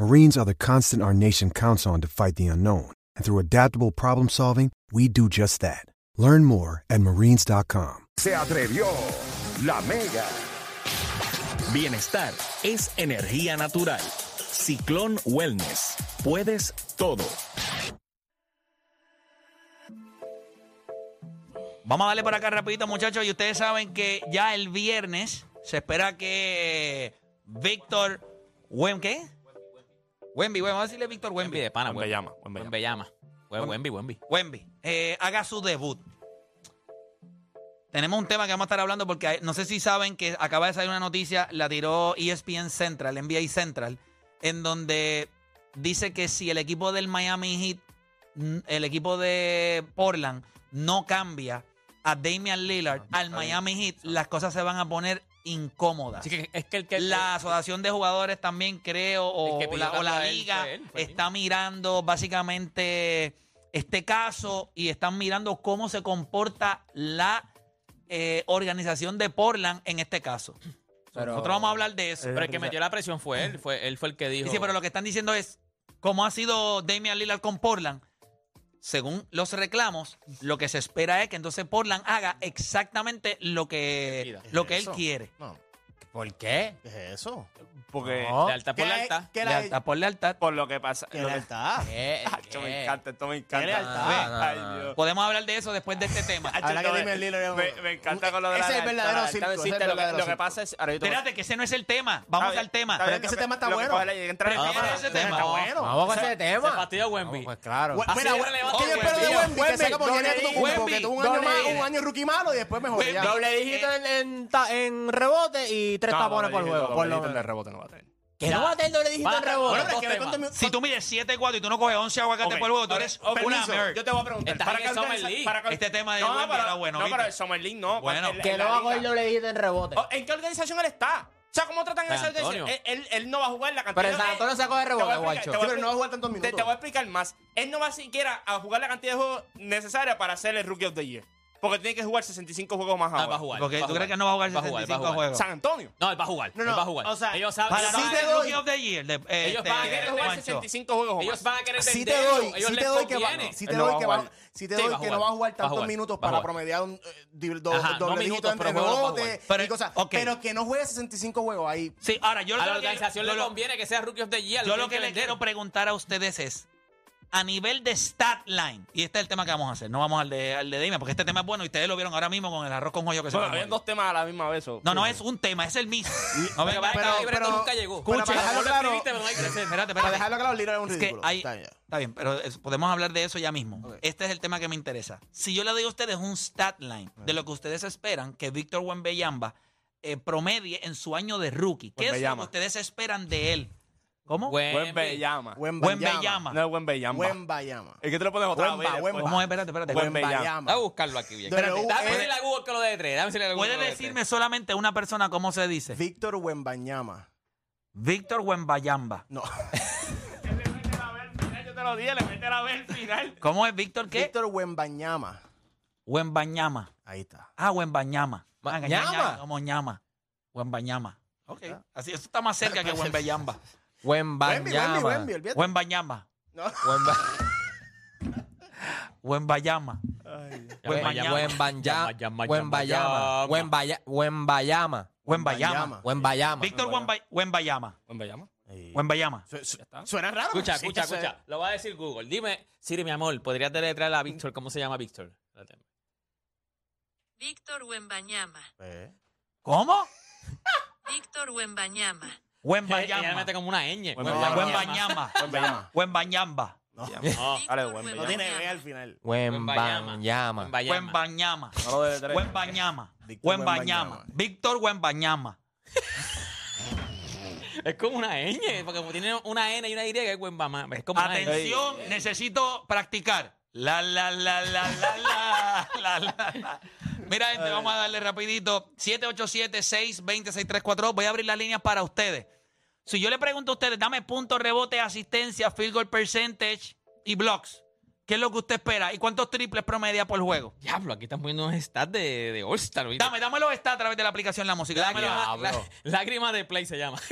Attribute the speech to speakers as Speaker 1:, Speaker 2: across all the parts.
Speaker 1: Marines are the constant our nation counts on to fight the unknown. And through adaptable problem solving, we do just that. Learn more at marines.com.
Speaker 2: Se atrevió la mega.
Speaker 3: Bienestar es energía natural. Ciclón Wellness. Puedes todo.
Speaker 4: Vamos a darle por acá rapidito, muchachos. Y ustedes saben que ya el viernes se espera que Víctor Wem, ¿qué? Wemby, Wemby, vamos a decirle Víctor Wemby.
Speaker 5: Wemby de pana,
Speaker 6: Buen
Speaker 5: Wemby.
Speaker 6: Bellama, buen
Speaker 5: Buen
Speaker 6: Bellama.
Speaker 5: Bellama. Buen- Wemby, Wemby.
Speaker 4: Wemby, eh, haga su debut. Tenemos un tema que vamos a estar hablando porque hay- no sé si saben que acaba de salir una noticia, la tiró E ESPN Central, NBA Central, en donde dice que si el equipo del Miami Heat, mm, el equipo de Portland, no cambia a Damian Lillard
Speaker 5: Ah,
Speaker 4: al Miami Heat, las cosas se van a poner incómodas.
Speaker 5: Así que es que el que... eh,
Speaker 4: la asociación de jugadores también creo o
Speaker 5: El que pidió
Speaker 4: la, o
Speaker 5: tanto
Speaker 4: la
Speaker 5: a él
Speaker 4: liga
Speaker 5: fue él, fue él.
Speaker 4: está mirando básicamente este caso y están mirando cómo se comporta la eh, organización de Portland en este caso. Nosotros vamos a hablar de eso.
Speaker 5: Pero el que metió la presión fue él. Fue, él fue el que
Speaker 4: Y
Speaker 5: dijo...
Speaker 4: sí, pero lo que están diciendo es cómo ha sido Damian Lillard con Portland. Según los reclamos, lo que se espera es que entonces Portland haga exactamente lo que,
Speaker 5: Pida.
Speaker 4: lo que él
Speaker 7: Eso.
Speaker 4: quiere.
Speaker 7: No,
Speaker 6: ¿Por qué?
Speaker 7: ¿qué es eso?
Speaker 6: Porque
Speaker 7: No.
Speaker 5: Lealtad por
Speaker 6: ¿Qué-
Speaker 5: lealtad.
Speaker 6: qué la-
Speaker 4: Lealtad por lealtad.
Speaker 6: por lo que pasa.
Speaker 7: ¿Qué
Speaker 6: lo que-
Speaker 7: lealtad?
Speaker 5: ¿Qué?
Speaker 6: Hacho, me
Speaker 5: ¿Qué?
Speaker 6: encanta, esto me encanta.
Speaker 7: ¿Qué lealtad?
Speaker 6: Ay, Dios.
Speaker 4: Podemos hablar de eso después de este tema.
Speaker 7: Hacho,
Speaker 6: Ahora
Speaker 7: que
Speaker 6: que
Speaker 7: dime el libro,
Speaker 6: Me, me encanta con lo de
Speaker 7: Ese
Speaker 6: la
Speaker 7: es el
Speaker 6: lealtad,
Speaker 7: verdadero
Speaker 6: la lealtad
Speaker 7: circo,
Speaker 6: no
Speaker 7: ese es el
Speaker 6: existe, lo que-
Speaker 7: verdadero
Speaker 6: Lo que
Speaker 7: circo.
Speaker 6: pasa es... ahora yo te voy a-
Speaker 4: Espérate, que ese no es el tema. Vamos
Speaker 6: Está
Speaker 4: al
Speaker 6: bien,
Speaker 4: tema.
Speaker 6: bien,
Speaker 7: Pero es que ese tema está
Speaker 6: lo
Speaker 7: bueno.
Speaker 6: coge la- entra-
Speaker 4: Prefieres
Speaker 6: Ah,
Speaker 4: ese
Speaker 6: está
Speaker 4: tema.
Speaker 6: bueno.
Speaker 7: bueno.
Speaker 5: con ese tema. Se fastidió Wemby.
Speaker 7: Claro. Bueno,
Speaker 5: Así
Speaker 7: mira,
Speaker 5: de relevante,
Speaker 7: ¿qué yo espero de
Speaker 5: Wemby.
Speaker 7: Wemby? Que
Speaker 6: Wemby,
Speaker 7: sea como
Speaker 6: doble
Speaker 7: tiene tu
Speaker 6: dígito.
Speaker 7: porque tuvo un año,
Speaker 6: Doble
Speaker 7: más-
Speaker 6: dígito.
Speaker 7: un año rookie malo y después mejor.
Speaker 4: Wemby,
Speaker 7: ya.
Speaker 6: Doble dígito en, en, ta- en rebote y tres
Speaker 7: No, doble
Speaker 6: tapones por
Speaker 7: dígito,
Speaker 6: juego.
Speaker 7: doble
Speaker 6: Por lo
Speaker 7: dígito en el
Speaker 6: menos.
Speaker 7: rebote no va a tener.
Speaker 6: Que no va a tener doble dígito en rebote.
Speaker 7: Bueno, pero es que ve cuánto mi-
Speaker 4: Si tú mides 7 4 y tú no coges 11 aguacates
Speaker 6: Ok,
Speaker 4: por huevo, tú eres
Speaker 6: ok,
Speaker 4: una
Speaker 6: permiso,
Speaker 4: nerd.
Speaker 6: Yo te voy a preguntar.
Speaker 5: Estás en el
Speaker 6: que-
Speaker 5: Summer League.
Speaker 6: que-
Speaker 4: Este tema de
Speaker 6: no,
Speaker 4: Wemby
Speaker 6: pero-
Speaker 4: era bueno,
Speaker 6: No,
Speaker 4: ¿viste?
Speaker 6: pero el Summer League no.
Speaker 4: Bueno.
Speaker 6: en la-
Speaker 5: Que
Speaker 6: en
Speaker 5: no
Speaker 6: la
Speaker 5: va a coger
Speaker 6: liga.
Speaker 5: doble dígito en rebote.
Speaker 6: Oh, ¿En qué organización él está? O sea, ¿cómo tratan a esa
Speaker 5: San Antonio.
Speaker 6: organización? Él, él, él no va a jugar la cantidad
Speaker 5: Pero San Antonio sacó de
Speaker 6: Te voy a
Speaker 5: rebote,
Speaker 6: explicar,
Speaker 5: guacho.
Speaker 6: te voy
Speaker 7: Sí, pero no va a jugar tantos
Speaker 6: Te, te voy a
Speaker 7: minutos.
Speaker 6: explicar más. Él no va siquiera a jugar la cantidad de juegos necesaria para ser el Rookie of the Year. Porque tiene que jugar 65 juegos más
Speaker 5: Ah,
Speaker 6: ahora.
Speaker 5: va a jugar.
Speaker 4: Porque
Speaker 5: va
Speaker 4: tú
Speaker 5: jugar.
Speaker 4: crees que no va a jugar
Speaker 5: Va a jugar, va a
Speaker 4: 75
Speaker 5: jugar.
Speaker 4: juegos.
Speaker 6: San Antonio.
Speaker 5: No, él va a jugar.
Speaker 7: No,
Speaker 5: él
Speaker 7: no,
Speaker 5: va a jugar.
Speaker 7: o sea,
Speaker 5: ellos saben.
Speaker 4: Para
Speaker 5: ellos
Speaker 7: sí
Speaker 4: mí,
Speaker 5: saben-
Speaker 7: te
Speaker 4: el Rookie
Speaker 7: doy.
Speaker 4: of the Year. de- eh,
Speaker 5: Ellos
Speaker 4: este,
Speaker 5: van a
Speaker 6: Tiene
Speaker 5: querer
Speaker 6: que jugar
Speaker 4: Juancho.
Speaker 6: 65 juegos más.
Speaker 5: Ellos van a querer
Speaker 7: Si te
Speaker 5: venderlo,
Speaker 7: doy,
Speaker 5: ellos
Speaker 7: si
Speaker 5: les
Speaker 7: te doy que va,
Speaker 5: conviene.
Speaker 7: si
Speaker 6: Él
Speaker 7: te
Speaker 6: no
Speaker 7: doy
Speaker 6: va a
Speaker 7: que va,
Speaker 6: jugar.
Speaker 7: si te
Speaker 5: Sí,
Speaker 7: doy
Speaker 5: va a
Speaker 7: que
Speaker 5: jugar,
Speaker 7: no va a jugar
Speaker 5: va a
Speaker 7: tantos
Speaker 5: jugar,
Speaker 7: minutos
Speaker 5: va a
Speaker 7: para
Speaker 5: jugar.
Speaker 7: promediar un eh, di- do-
Speaker 5: Ajá, no
Speaker 7: doble dígito
Speaker 5: minutos,
Speaker 7: entre
Speaker 5: pero juegos va a
Speaker 7: rebote
Speaker 5: jugar.
Speaker 4: Pero-
Speaker 7: y cosas,
Speaker 4: ok.
Speaker 7: pero que no juegue 65 juegos ahí.
Speaker 4: Sí, ahora yo
Speaker 5: A la
Speaker 4: lo que-
Speaker 5: organización
Speaker 4: yo
Speaker 5: le
Speaker 4: lo-
Speaker 5: conviene que sea Rookie of the Year.
Speaker 4: Yo
Speaker 5: tienen
Speaker 4: lo que
Speaker 5: que
Speaker 4: les
Speaker 5: vender.
Speaker 4: quiero preguntar a ustedes es, a nivel de stat line, y este es el tema que vamos a hacer, no vamos al de, al de Damian, porque este tema es bueno y ustedes lo vieron ahora mismo con el arroz con hoyo que se
Speaker 6: Bueno,
Speaker 4: comió.
Speaker 6: habían dos temas a la misma vez. o-
Speaker 4: No, no es un tema, es el mismo. No
Speaker 5: Lo que pasa
Speaker 4: venga-
Speaker 5: es que
Speaker 7: Pero-
Speaker 5: el libreto
Speaker 7: pero-
Speaker 5: nunca llegó.
Speaker 7: pero para
Speaker 5: Escucha,
Speaker 7: dejarlo
Speaker 5: vos lo
Speaker 7: claro-
Speaker 5: escribiste, pero no hay que hacer.
Speaker 4: Espérate,
Speaker 7: Para
Speaker 4: espérate.
Speaker 7: dejarlo claro, Lillard es un
Speaker 4: Es que
Speaker 7: ridículo.
Speaker 4: hay-
Speaker 7: Está bien, ya.
Speaker 4: Está bien, pero es- podemos hablar de eso ya mismo. Este es el tema que me interesa. Si yo le doy a ustedes un stat line de lo que ustedes esperan que Víctor Wembeyamba eh, promedie en su año de rookie, ¿qué es lo que
Speaker 6: Wembanyama.
Speaker 4: ustedes esperan de él? ¿Cómo?
Speaker 6: Buen Bellama.
Speaker 7: Wembanyama.
Speaker 4: Wembanyama.
Speaker 6: No es buen Bellama.
Speaker 7: Wembanyama.
Speaker 6: Es que te lo pones otra
Speaker 7: Wemba,
Speaker 6: vez.
Speaker 7: Wemba.
Speaker 6: después.
Speaker 4: ¿Cómo es? Espérate, espérate.
Speaker 6: Buen
Speaker 4: Wemba-
Speaker 6: Bellama.
Speaker 5: Dame a buscarlo aquí bien.
Speaker 7: Pero
Speaker 5: Espérate,
Speaker 7: U-
Speaker 5: Dame
Speaker 7: eh.
Speaker 5: decirle a Google que lo detré. Dame decirle a Google.
Speaker 4: ¿Puede
Speaker 5: que lo
Speaker 4: decirme
Speaker 5: detré.
Speaker 4: solamente una persona cómo se dice?
Speaker 7: Víctor Wembanyama.
Speaker 4: Víctor Wembayamba.
Speaker 7: No.
Speaker 6: Yo te lo dije, le mete la vez al final.
Speaker 4: ¿Cómo es Víctor qué?
Speaker 7: Víctor Wembanyama.
Speaker 4: Wembañama.
Speaker 7: Ahí está.
Speaker 4: Ah, Wembañama.
Speaker 5: Ma-
Speaker 4: Ah, que
Speaker 5: ¿Ñama?
Speaker 4: ñaña, Como ñama. Wembañama. Ok.
Speaker 7: Ah.
Speaker 4: Así, eso está más cerca que Wembeyamba.
Speaker 5: Buen
Speaker 7: Wemby, Wemby, Wemby, olvídate.
Speaker 4: Wembañama.
Speaker 7: No.
Speaker 4: Wembayama. Buen Bayama.
Speaker 5: Buen Bayama.
Speaker 6: Llama,
Speaker 5: Buen
Speaker 6: llama,
Speaker 5: Bayama.
Speaker 6: llama.
Speaker 5: Buen Baya- Buen Bayama.
Speaker 4: Wembayama.
Speaker 5: Buen Bayama.
Speaker 4: Víctor Wemba- Wembayama.
Speaker 6: Buen Bellama.
Speaker 7: Ey.
Speaker 4: Wembayama.
Speaker 7: Su- su- Suena raro.
Speaker 5: Escucha,
Speaker 7: Sí,
Speaker 5: escucha,
Speaker 7: que suena-
Speaker 5: escucha. Lo va a decir Google. Dime, Siri, mi amor, ¿podrías deletrear a Víctor? ¿Cómo se llama Víctor? Espérate.
Speaker 8: Víctor Wembañama.
Speaker 4: ¿Cómo?
Speaker 8: Víctor Wembañama.
Speaker 5: Ella le
Speaker 4: Wembayama.
Speaker 5: mete como una ñ.
Speaker 7: Wembayama.
Speaker 4: Wembayama.
Speaker 7: Wembayama.
Speaker 4: Wembayama.
Speaker 6: No,
Speaker 8: Ahora
Speaker 7: No tiene B al final.
Speaker 5: Wembanyama. Wembanyama.
Speaker 4: Wembayama.
Speaker 7: No lo debe tener.
Speaker 4: Wembayama.
Speaker 7: Víctor
Speaker 4: Wembayama.
Speaker 7: Wembanyama.
Speaker 4: Víctor Wembayama.
Speaker 5: Es como una ñ, porque como tiene una N y una Y, es Wembanyama. Es como una ñ.
Speaker 4: Atención, necesito practicar. La, la, la, la, la, la, la, la, la. Mira, gente, vamos a darle rapidito. 787-620-6342. Voy a abrir las líneas para ustedes. Si yo le pregunto a ustedes, dame puntos, rebote, asistencia, field goal percentage y blocks. ¿Qué es lo que usted espera? ¿Y cuántos triples promedia por juego?
Speaker 5: Diablo, aquí están poniendo unos stats de, de All-Star. ¿oíste?
Speaker 4: Dame, dámelo está a través de la aplicación La Música. Dámelo.
Speaker 5: Lágrima,
Speaker 4: La-
Speaker 5: lá- lágrima de play se llama.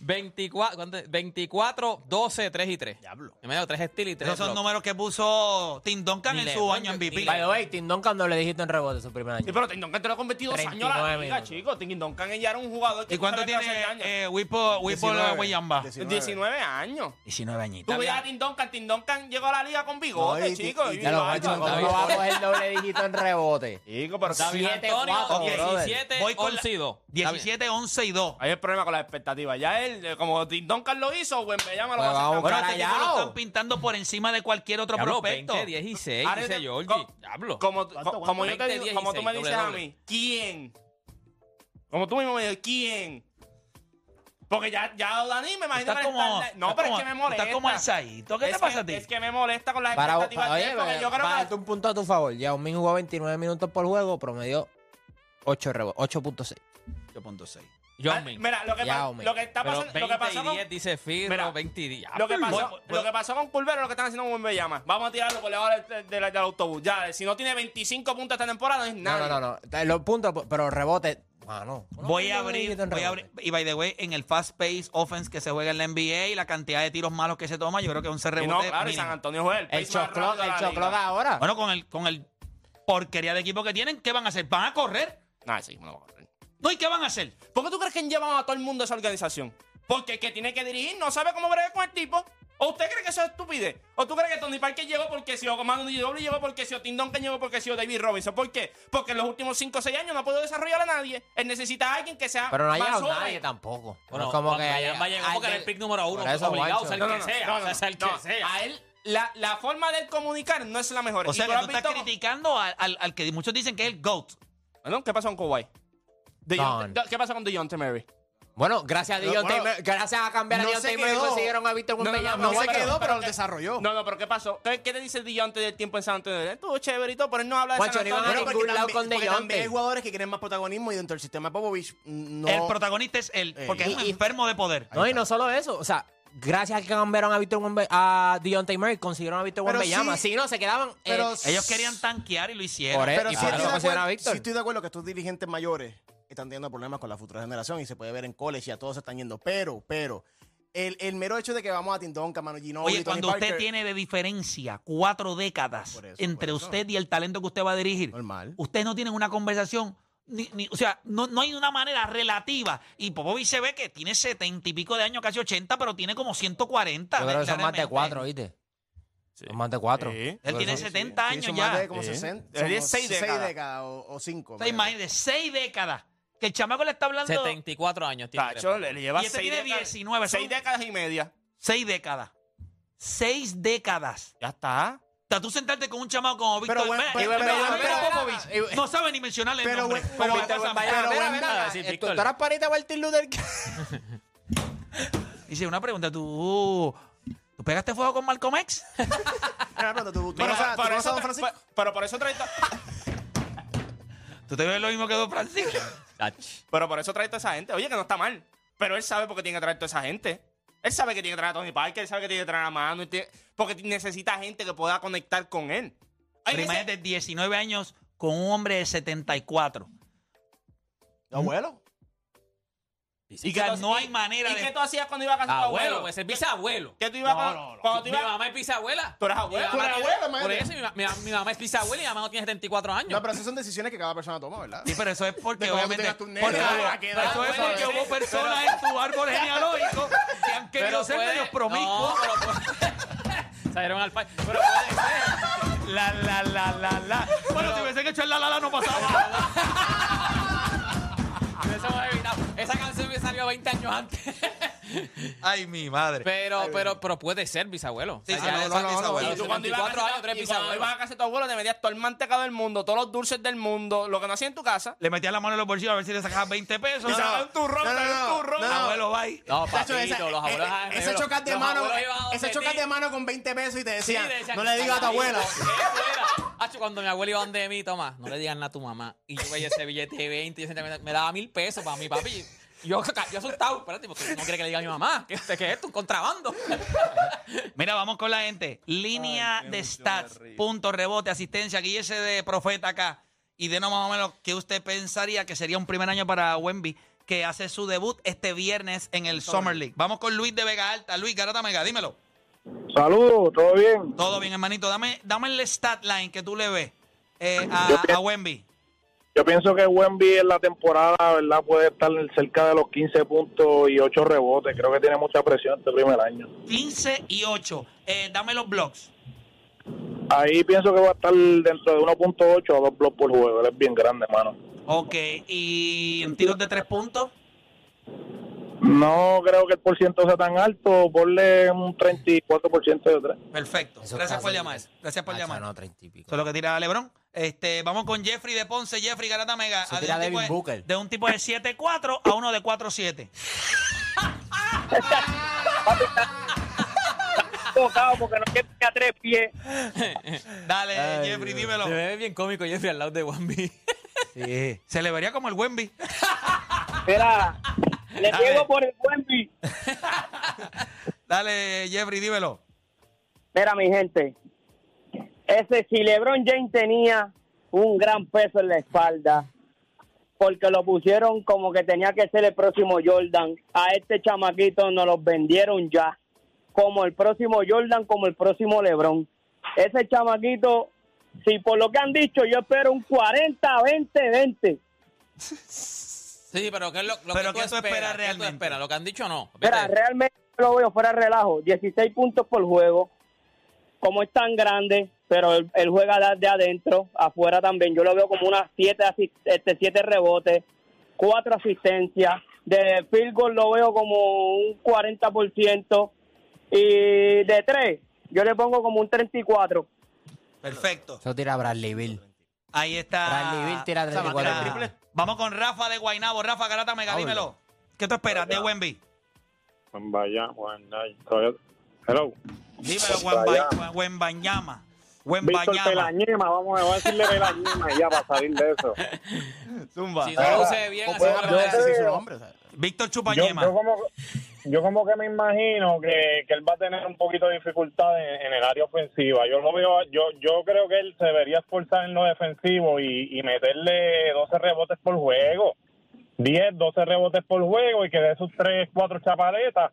Speaker 5: 24, ¿cuánto es? 24, 12, 3 y 3.
Speaker 7: Diablo.
Speaker 5: Me dio 3 estilos y 3
Speaker 4: Esos son números que puso Tim Duncan
Speaker 5: Ni
Speaker 4: en
Speaker 5: le-
Speaker 4: su año
Speaker 5: ni-
Speaker 4: MVP.
Speaker 5: ni le-
Speaker 9: By the way, Tim Duncan no le dijiste en rebote su primer
Speaker 7: Sí,
Speaker 9: año.
Speaker 7: pero Tim Duncan te lo ha convertido dos años a la
Speaker 9: 39
Speaker 7: liga,
Speaker 9: minutos.
Speaker 7: chicos. Tim Duncan ya era un jugador que
Speaker 4: ¿Y cuánto
Speaker 7: salió
Speaker 4: tiene
Speaker 7: hace años.
Speaker 4: eh, Wipo, Wipo
Speaker 7: 19.
Speaker 4: Wembanyama?
Speaker 7: 19 años.
Speaker 4: 19 añitos.
Speaker 6: Tú veías a Tim Duncan, Tim Duncan llegó a la liga con
Speaker 7: No,
Speaker 6: bigote,
Speaker 7: y-
Speaker 6: chicos.
Speaker 7: y-
Speaker 6: y
Speaker 7: ya lo
Speaker 6: barba.
Speaker 7: ha hecho,
Speaker 9: ¿Cómo
Speaker 7: David.
Speaker 9: no va a coger doble dígito en rebote?
Speaker 7: Chico, pero
Speaker 5: David
Speaker 9: Siete,
Speaker 5: Antonio,
Speaker 9: cuatro,
Speaker 5: ok,
Speaker 9: brother.
Speaker 5: 17,
Speaker 4: Voy con la-
Speaker 5: 11 y 2.
Speaker 4: 17, 11 y 2.
Speaker 7: hay el problema con las expectativas. Ya él, eh, como Tim Duncan lo hizo, Wembanyama lo
Speaker 9: Pues
Speaker 7: va a hacer.
Speaker 9: vamos,
Speaker 4: Bueno,
Speaker 7: Bueno,
Speaker 4: este tipo
Speaker 9: Carayao.
Speaker 4: lo están pintando por encima de cualquier otro
Speaker 5: Diablo,
Speaker 4: prospecto.
Speaker 5: 20, 16,
Speaker 7: Ahora
Speaker 5: dice
Speaker 7: te-
Speaker 5: Georgie.
Speaker 7: co-
Speaker 5: Diablo.
Speaker 6: Como,
Speaker 7: ¿Cuánto,
Speaker 6: co-
Speaker 7: cuánto?
Speaker 6: como, yo te
Speaker 5: 20,
Speaker 6: digo- como tú me
Speaker 5: 16,
Speaker 6: dices a
Speaker 5: doble,
Speaker 6: mí, ¿quién? Como tú mismo me dices, ¿quién? Porque ya, ya Dani me imagino
Speaker 4: Estás
Speaker 6: que le
Speaker 4: como.
Speaker 6: está- No,
Speaker 4: estás
Speaker 6: pero
Speaker 4: como-
Speaker 6: es que me molesta.
Speaker 4: Estás como alzadito. ¿Qué
Speaker 6: Es
Speaker 4: te
Speaker 6: que-
Speaker 4: pasa a ti?
Speaker 6: Es que me molesta con las
Speaker 9: Para,
Speaker 6: expectativas
Speaker 9: para,
Speaker 6: de
Speaker 9: oye,
Speaker 6: él, porque yo creo
Speaker 9: para darte
Speaker 6: que...
Speaker 9: un punto a tu favor. Yao Ming jugó 29 minutos por juego, promedió 8 rebotes, 8.6.
Speaker 4: 8.6
Speaker 6: Ah,
Speaker 5: Johnmin.
Speaker 6: Mira, lo que, pa-
Speaker 9: Yao, man.
Speaker 6: lo que está
Speaker 5: Pero
Speaker 6: pasando... Lo que
Speaker 5: 20
Speaker 6: pasó
Speaker 5: y
Speaker 6: con...
Speaker 5: 10 dice Firro,
Speaker 6: Mira,
Speaker 5: 20 y 10.
Speaker 6: Lo que,
Speaker 4: Voy-
Speaker 6: pasó, lo que pasó con Culvero es lo que están haciendo con Wembanyama. Vamos a tirarlo por debajo del, del- del autobús. Ya, si no tiene 25 puntos esta temporada, no es
Speaker 9: No,
Speaker 6: nada.
Speaker 9: no, no, no. Eh, Los puntos, pero rebote.
Speaker 7: Ah,
Speaker 9: Mano.
Speaker 4: Voy a
Speaker 9: Doble
Speaker 4: abrir,
Speaker 9: dígito en
Speaker 4: voy a
Speaker 9: rebote.
Speaker 4: abrir. Y by the way, en el fast pace offense que se juega en la NBA y la cantidad de tiros malos que se toma, yo creo que un
Speaker 6: Y
Speaker 4: rebotes
Speaker 6: no, claro, y
Speaker 4: mínimo.
Speaker 6: San Antonio juega el
Speaker 9: El
Speaker 6: pace más
Speaker 9: choclo,
Speaker 6: rápido de
Speaker 9: el
Speaker 6: la
Speaker 9: choclo
Speaker 6: liga.
Speaker 9: ahora.
Speaker 4: Bueno, con el, con el porquería de equipo que tienen, ¿qué van a hacer? ¿Van a correr?
Speaker 6: Nah, sí, me lo voy a correr.
Speaker 4: No, ¿y qué van a hacer?
Speaker 6: ¿Por qué tú crees que han llevado a todo el mundo a esa organización? Porque el que tiene que dirigir no sabe cómo bregar con el tipo. ¿O usted cree que eso es estupidez? ¿O tú crees que Tony Parker llegó porque si o Comando DW llegó porque si o Tim Duncan llegó porque si o David Robinson? ¿Por qué? Porque en los últimos 5 o 6 años no ha podido desarrollar a nadie. Él necesita a alguien que sea
Speaker 9: Pero no ha
Speaker 6: más
Speaker 9: llegado
Speaker 6: joven.
Speaker 9: nadie tampoco.
Speaker 5: Bueno,
Speaker 9: No es como que
Speaker 5: Wembanyama
Speaker 9: haya-
Speaker 5: llegó porque
Speaker 9: alguien-
Speaker 5: era el pick número uno,
Speaker 9: Por eso,
Speaker 5: obligado,
Speaker 9: Juancho.
Speaker 5: o sea, el
Speaker 6: No, no,
Speaker 5: que
Speaker 6: no,
Speaker 5: sea,
Speaker 6: no,
Speaker 5: o sea,
Speaker 6: no,
Speaker 5: sea el que
Speaker 6: no.
Speaker 5: sea.
Speaker 6: A él, la, la forma de él comunicar no es la mejor.
Speaker 4: O
Speaker 6: Y
Speaker 4: sea,
Speaker 6: tú
Speaker 4: que
Speaker 6: lo
Speaker 4: tú
Speaker 6: has
Speaker 4: estás
Speaker 6: visto-
Speaker 4: criticando al, al- al que muchos dicen que es el GOAT.
Speaker 6: Ah, ¿no? ¿Qué pasó con Kawhi? Dejounte-
Speaker 9: Don.
Speaker 6: ¿Qué pasa con Dejounte Mary?
Speaker 9: Bueno, gracias a Dion
Speaker 7: Bueno,
Speaker 9: Tamer- gracias a cambiar
Speaker 7: no
Speaker 9: a Dion
Speaker 7: se
Speaker 9: Tamer
Speaker 7: quedó.
Speaker 9: consiguieron a Víctor
Speaker 6: No, no, no,
Speaker 9: Wembanyama.
Speaker 7: No se
Speaker 6: Pero-
Speaker 7: quedó,
Speaker 6: pero
Speaker 7: pero lo
Speaker 6: que-
Speaker 7: desarrolló.
Speaker 6: No, no, pero ¿qué pasó? ¿Qué, qué te dice Dejounte del tiempo en San Antonio? Él Estuvo chévere y todo, pero él no habla de
Speaker 9: Juancho,
Speaker 6: San
Speaker 9: no iban a
Speaker 6: Antonio.
Speaker 7: Bueno,
Speaker 9: ningún
Speaker 7: porque
Speaker 9: lado
Speaker 7: también-
Speaker 9: con
Speaker 7: porque
Speaker 9: DeJounte.
Speaker 7: También hay jugadores que quieren más protagonismo y dentro del sistema de Popovich mm, no.
Speaker 4: El protagonista es él, porque es
Speaker 9: Eh, Y-
Speaker 4: un
Speaker 9: y-
Speaker 4: enfermo de poder.
Speaker 9: No, y no solo eso, o sea, gracias a que cambiaron a Víctor Wembe- a Deontay Murray, consiguieron a Víctor
Speaker 7: Pero
Speaker 9: Wembanyama.
Speaker 7: sí-
Speaker 9: si no, se quedaban. eh,
Speaker 7: pero sí-
Speaker 4: Ellos querían tanquear y lo hicieron.
Speaker 9: Por eso.
Speaker 7: Pero
Speaker 9: y
Speaker 7: sí
Speaker 9: por
Speaker 7: estoy,
Speaker 9: eso
Speaker 7: de
Speaker 9: considera a
Speaker 7: acuerdo,
Speaker 9: Víctor.
Speaker 7: sí estoy de acuerdo que estos dirigentes mayores están teniendo problemas con la futura generación y se puede ver en college y a todos se están yendo. Pero, pero, el, el mero hecho de que vamos a Tindón, Camano Ginobili,
Speaker 4: Oye,
Speaker 7: Tony
Speaker 4: cuando usted
Speaker 7: Parker-
Speaker 4: tiene de diferencia cuatro décadas
Speaker 7: Por eso,
Speaker 4: entre
Speaker 7: por eso.
Speaker 4: usted y el talento que usted va a dirigir,
Speaker 7: Normal.
Speaker 4: ustedes no tienen una conversación, ni- ni- o sea, no, no hay una manera relativa. Y Popovich se ve que tiene setenta y pico de años, casi 80, pero tiene como 140.
Speaker 9: Yo creo que son más de
Speaker 4: claramente.
Speaker 9: cuatro, ¿viste? Son más de cuatro. Ah,
Speaker 7: Sí.
Speaker 4: Él tiene
Speaker 9: Sí,
Speaker 4: 70
Speaker 7: Sí,
Speaker 4: años
Speaker 7: son
Speaker 4: ya.
Speaker 7: más de como
Speaker 9: Sí.
Speaker 7: 60.
Speaker 6: Sería
Speaker 7: somos
Speaker 6: seis décadas.
Speaker 7: o, o cinco.
Speaker 4: O sea, imagínate, seis décadas. Que el chamaco le está hablando
Speaker 5: 74 años tiene.
Speaker 6: Tacho, le, le lleva
Speaker 4: Y este
Speaker 6: 6
Speaker 4: tiene 19, son-
Speaker 6: Seis décadas y media.
Speaker 4: seis décadas. Seis décadas.
Speaker 6: Ya está.
Speaker 4: O sea, tú sentarte con un chamaco como Víctor
Speaker 7: bueno,
Speaker 4: Mira,
Speaker 7: pero-
Speaker 4: mira,
Speaker 7: pero-
Speaker 4: mira,
Speaker 7: pero-
Speaker 4: mira,
Speaker 7: pero-
Speaker 4: Popovich. No sabe ni mencionarle el
Speaker 7: pero-
Speaker 4: nombre.
Speaker 7: pero-
Speaker 4: Como
Speaker 7: pero-
Speaker 4: pasa-
Speaker 7: pero-
Speaker 4: pasa-
Speaker 9: Pero
Speaker 7: Pero
Speaker 9: bueno,
Speaker 7: bueno,
Speaker 9: acá,
Speaker 5: decir,
Speaker 9: ¿tú-
Speaker 5: Víctor.
Speaker 9: tú eras parita de Martin Luther King.
Speaker 4: Dice, una pregunta, ¿tú, ¿tú pegaste fuego con Malcolm X?
Speaker 7: Mira, pronto, Ah, tú, tú
Speaker 6: Pero,
Speaker 7: conoces a- tú
Speaker 6: por,
Speaker 7: conoces a
Speaker 6: eso,
Speaker 7: Don Francisco.
Speaker 6: pero- pero por eso trae to-
Speaker 4: ¿Tú te ves lo mismo que Don Francisco?
Speaker 6: pero por eso trae toda esa gente. Oye, que no está mal. Pero él sabe por qué tiene que traer toda esa gente. Él sabe que tiene que traer a Tony Parker, él sabe que tiene que traer a Manu. y tiene- Porque necesita gente que pueda conectar con él. Ay,
Speaker 4: Pero
Speaker 6: ese-
Speaker 4: imagínate 19 años con un hombre de 74.
Speaker 7: Abuelo.
Speaker 4: Y que no hay manera
Speaker 6: ¿Y qué
Speaker 4: de...
Speaker 6: tú hacías cuando ibas a casa de tu
Speaker 5: Abuelo,
Speaker 6: abuelo?
Speaker 5: pues es bisabuelo.
Speaker 6: ¿Qué tú ibas
Speaker 5: No,
Speaker 6: a-
Speaker 5: no, no.
Speaker 6: cuando tú
Speaker 5: Mi
Speaker 6: ibas-
Speaker 5: mamá es bisabuela.
Speaker 6: Tú eres abuelo.
Speaker 5: Mi
Speaker 6: Tú
Speaker 5: mamá
Speaker 6: eres
Speaker 5: tiene-
Speaker 7: abuelo,
Speaker 5: Por
Speaker 7: madre.
Speaker 5: eso mi, ma- mi ma- mi mamá es bisabuela y mi mamá no tiene 74 años.
Speaker 7: No, pero esas son decisiones que cada persona toma, ¿verdad?
Speaker 4: Sí, pero eso es porque
Speaker 7: De cómo tú
Speaker 4: obviamente...
Speaker 7: tengas tus nenes,
Speaker 4: porque-
Speaker 7: a qué edad,
Speaker 4: eso es
Speaker 7: bueno,
Speaker 4: porque
Speaker 7: pero-
Speaker 4: hubo personas en tu árbol genealógico que han querido ser
Speaker 5: puede-
Speaker 4: medios promiscuos.
Speaker 5: No, pero puede- Salieron al país. Pero puede ser.
Speaker 6: La, la, la, la, la. Bueno, si hubiesen hecho el la, la, la, no pasaba.
Speaker 5: Hubiésemos evitado. Esa canción me salió 20 años antes.
Speaker 4: Ay, mi madre.
Speaker 5: Pero, pero, pero puede ser bisabuelo.
Speaker 4: Sí,
Speaker 5: O sea,
Speaker 4: sí,
Speaker 5: ya
Speaker 4: no,
Speaker 5: es
Speaker 4: no, no,
Speaker 5: bisabuelo.
Speaker 4: no.
Speaker 6: Y tú cuando ibas a
Speaker 5: 74
Speaker 6: casa-
Speaker 5: años, tres
Speaker 6: y cuando
Speaker 5: bisabuelos.
Speaker 6: ibas a casa de tu abuelo, te metías todo el mantecado del mundo, todos los dulces del mundo, lo que no hacía en tu casa.
Speaker 4: Le metías la mano en los bolsillos a ver si le sacabas 20 pesos.
Speaker 6: Y sacaban un turrón,
Speaker 7: no, no,
Speaker 6: sacaban
Speaker 7: no,
Speaker 6: un turrón.
Speaker 7: no, no.
Speaker 4: Abuelo, bye.
Speaker 5: No,
Speaker 7: Tacho,
Speaker 5: papito,
Speaker 7: esa-
Speaker 5: los abuelos.
Speaker 7: eh,
Speaker 5: ah,
Speaker 7: eh, ese
Speaker 5: abuelos-
Speaker 7: chocar de
Speaker 5: los
Speaker 7: mano,
Speaker 5: abuelos iban a
Speaker 7: ese
Speaker 5: donde
Speaker 7: chocar
Speaker 5: ti.
Speaker 7: de mano con 20 pesos y te
Speaker 5: Sí,
Speaker 7: decían,
Speaker 5: decían,
Speaker 7: no le digas a tu abuela.
Speaker 5: "Qué abuela". Acho, cuando mi abuela iba donde mí, toma, no le digas nada a tu mamá. Y yo veía ese billete de 20, y yo sentía que me- me daba mil pesos para mi papi. Yo, yo asustado, espérate, porque no quiere que le diga a mi mamá. ¿Qué, qué es esto? Un contrabando.
Speaker 4: Mira, vamos con la gente. Línea de stats, punto, rebote, asistencia. Aquí ese de profeta acá. Y de no más o menos que usted pensaría que sería un primer año para Wemby, que hace su debut este viernes en el Summer League. Vamos con Luis de Vega Alta. Luis Garata Mega, dímelo.
Speaker 10: Saludos, ¿todo bien?
Speaker 4: Todo bien, hermanito. Dame, dame el stat line que tú le ves eh, a, a Wemby.
Speaker 10: Yo pienso que Wemby en la temporada, ¿verdad? Puede estar cerca de los 15 puntos y 8 rebotes. Creo que tiene mucha presión este primer año.
Speaker 4: 15 y 8. Eh, dame los blocks.
Speaker 10: Ahí pienso que va a estar dentro de 1.8 a 2 bloques por juego. Él es bien grande, mano.
Speaker 4: Ok. Y en tiros de tres puntos.
Speaker 10: No creo que el porciento sea tan alto. Ponle un 34% de tres.
Speaker 4: Perfecto.
Speaker 9: Eso
Speaker 4: Gracias
Speaker 9: casi-
Speaker 4: por llamar. Gracias por
Speaker 9: Ah,
Speaker 4: llamar.
Speaker 9: No, 30 y pico.
Speaker 4: Eso es lo que tira Lebron. Este, vamos con Jeffrey de Ponce, Jeffrey Garata Mega.
Speaker 9: Eso
Speaker 4: Ah, de
Speaker 9: tira
Speaker 4: un tipo
Speaker 9: Devin
Speaker 4: de-
Speaker 9: Booker.
Speaker 4: De un tipo de 7-4 a uno de 4-7.
Speaker 10: Tocado porque no tiene a tres pies.
Speaker 4: Dale, Jeffrey, dímelo.
Speaker 5: Se ve bien cómico Jeffrey al lado de Wambi.
Speaker 9: Sí.
Speaker 4: Se le vería como el Wemby.
Speaker 10: Mira, le
Speaker 4: Dale. pego
Speaker 10: por el Wemby.
Speaker 4: Dale, Jeffrey, dímelo.
Speaker 10: Mira, mi gente, ese si LeBron James tenía un gran peso en la espalda, porque lo pusieron como que tenía que ser el próximo Jordan, a este chamaquito nos los vendieron ya, como el próximo Jordan, como el próximo LeBron. Ese chamaquito, si por lo que han dicho, yo espero un 40, 20, 20.
Speaker 5: Sí, pero ¿qué es lo, lo
Speaker 4: Pero
Speaker 5: que
Speaker 4: ¿qué
Speaker 5: tú
Speaker 4: tú
Speaker 5: esperas?
Speaker 4: esperas
Speaker 5: ¿Qué tú
Speaker 4: realmente?
Speaker 5: esperas? ¿Lo que han dicho o no?
Speaker 10: Mira,
Speaker 5: ¿Viste?
Speaker 10: realmente lo veo fuera de relajo. 16 puntos por juego. Como es tan grande, pero él, él juega de- de adentro, afuera también. Yo lo veo como unas 7 este, siete rebotes, 4 asistencias. De field goal lo veo como un 40%. Y de 3, yo le pongo como un 34.
Speaker 4: Perfecto.
Speaker 9: Eso tira Bradley Bill.
Speaker 4: Ahí
Speaker 9: Bradley Bill
Speaker 4: está.
Speaker 9: tira
Speaker 7: sea,
Speaker 4: Ah,
Speaker 9: 34
Speaker 7: mantiene el triple.
Speaker 4: Vamos con Rafa de Guainabo. Rafa Garata Mega,
Speaker 9: Pablo.
Speaker 4: dímelo. ¿Qué tú esperas de Wemby?
Speaker 10: Vaya, Hello.
Speaker 4: Dímelo,
Speaker 10: Wembanyama.
Speaker 4: Wembañama. Wembañama.
Speaker 10: Pelañema, vamos a decirle Pelañema ya para salir de eso.
Speaker 4: Zumba.
Speaker 5: Si no lo sé bien,
Speaker 7: O
Speaker 5: así
Speaker 7: puede
Speaker 5: no lo
Speaker 7: hablar
Speaker 5: sé.
Speaker 7: así su nombre, o sea.
Speaker 4: Víctor
Speaker 10: yo,
Speaker 4: Chupañema.
Speaker 10: yo como, yo como que me imagino que, que él va a tener un poquito de dificultad en, en el área ofensiva. Yo lo veo, yo, yo creo que él se debería esforzar en lo defensivo y, y meterle 12 rebotes por juego. 10, 12 rebotes por juego y que dé sus 3, 4 chapaletas.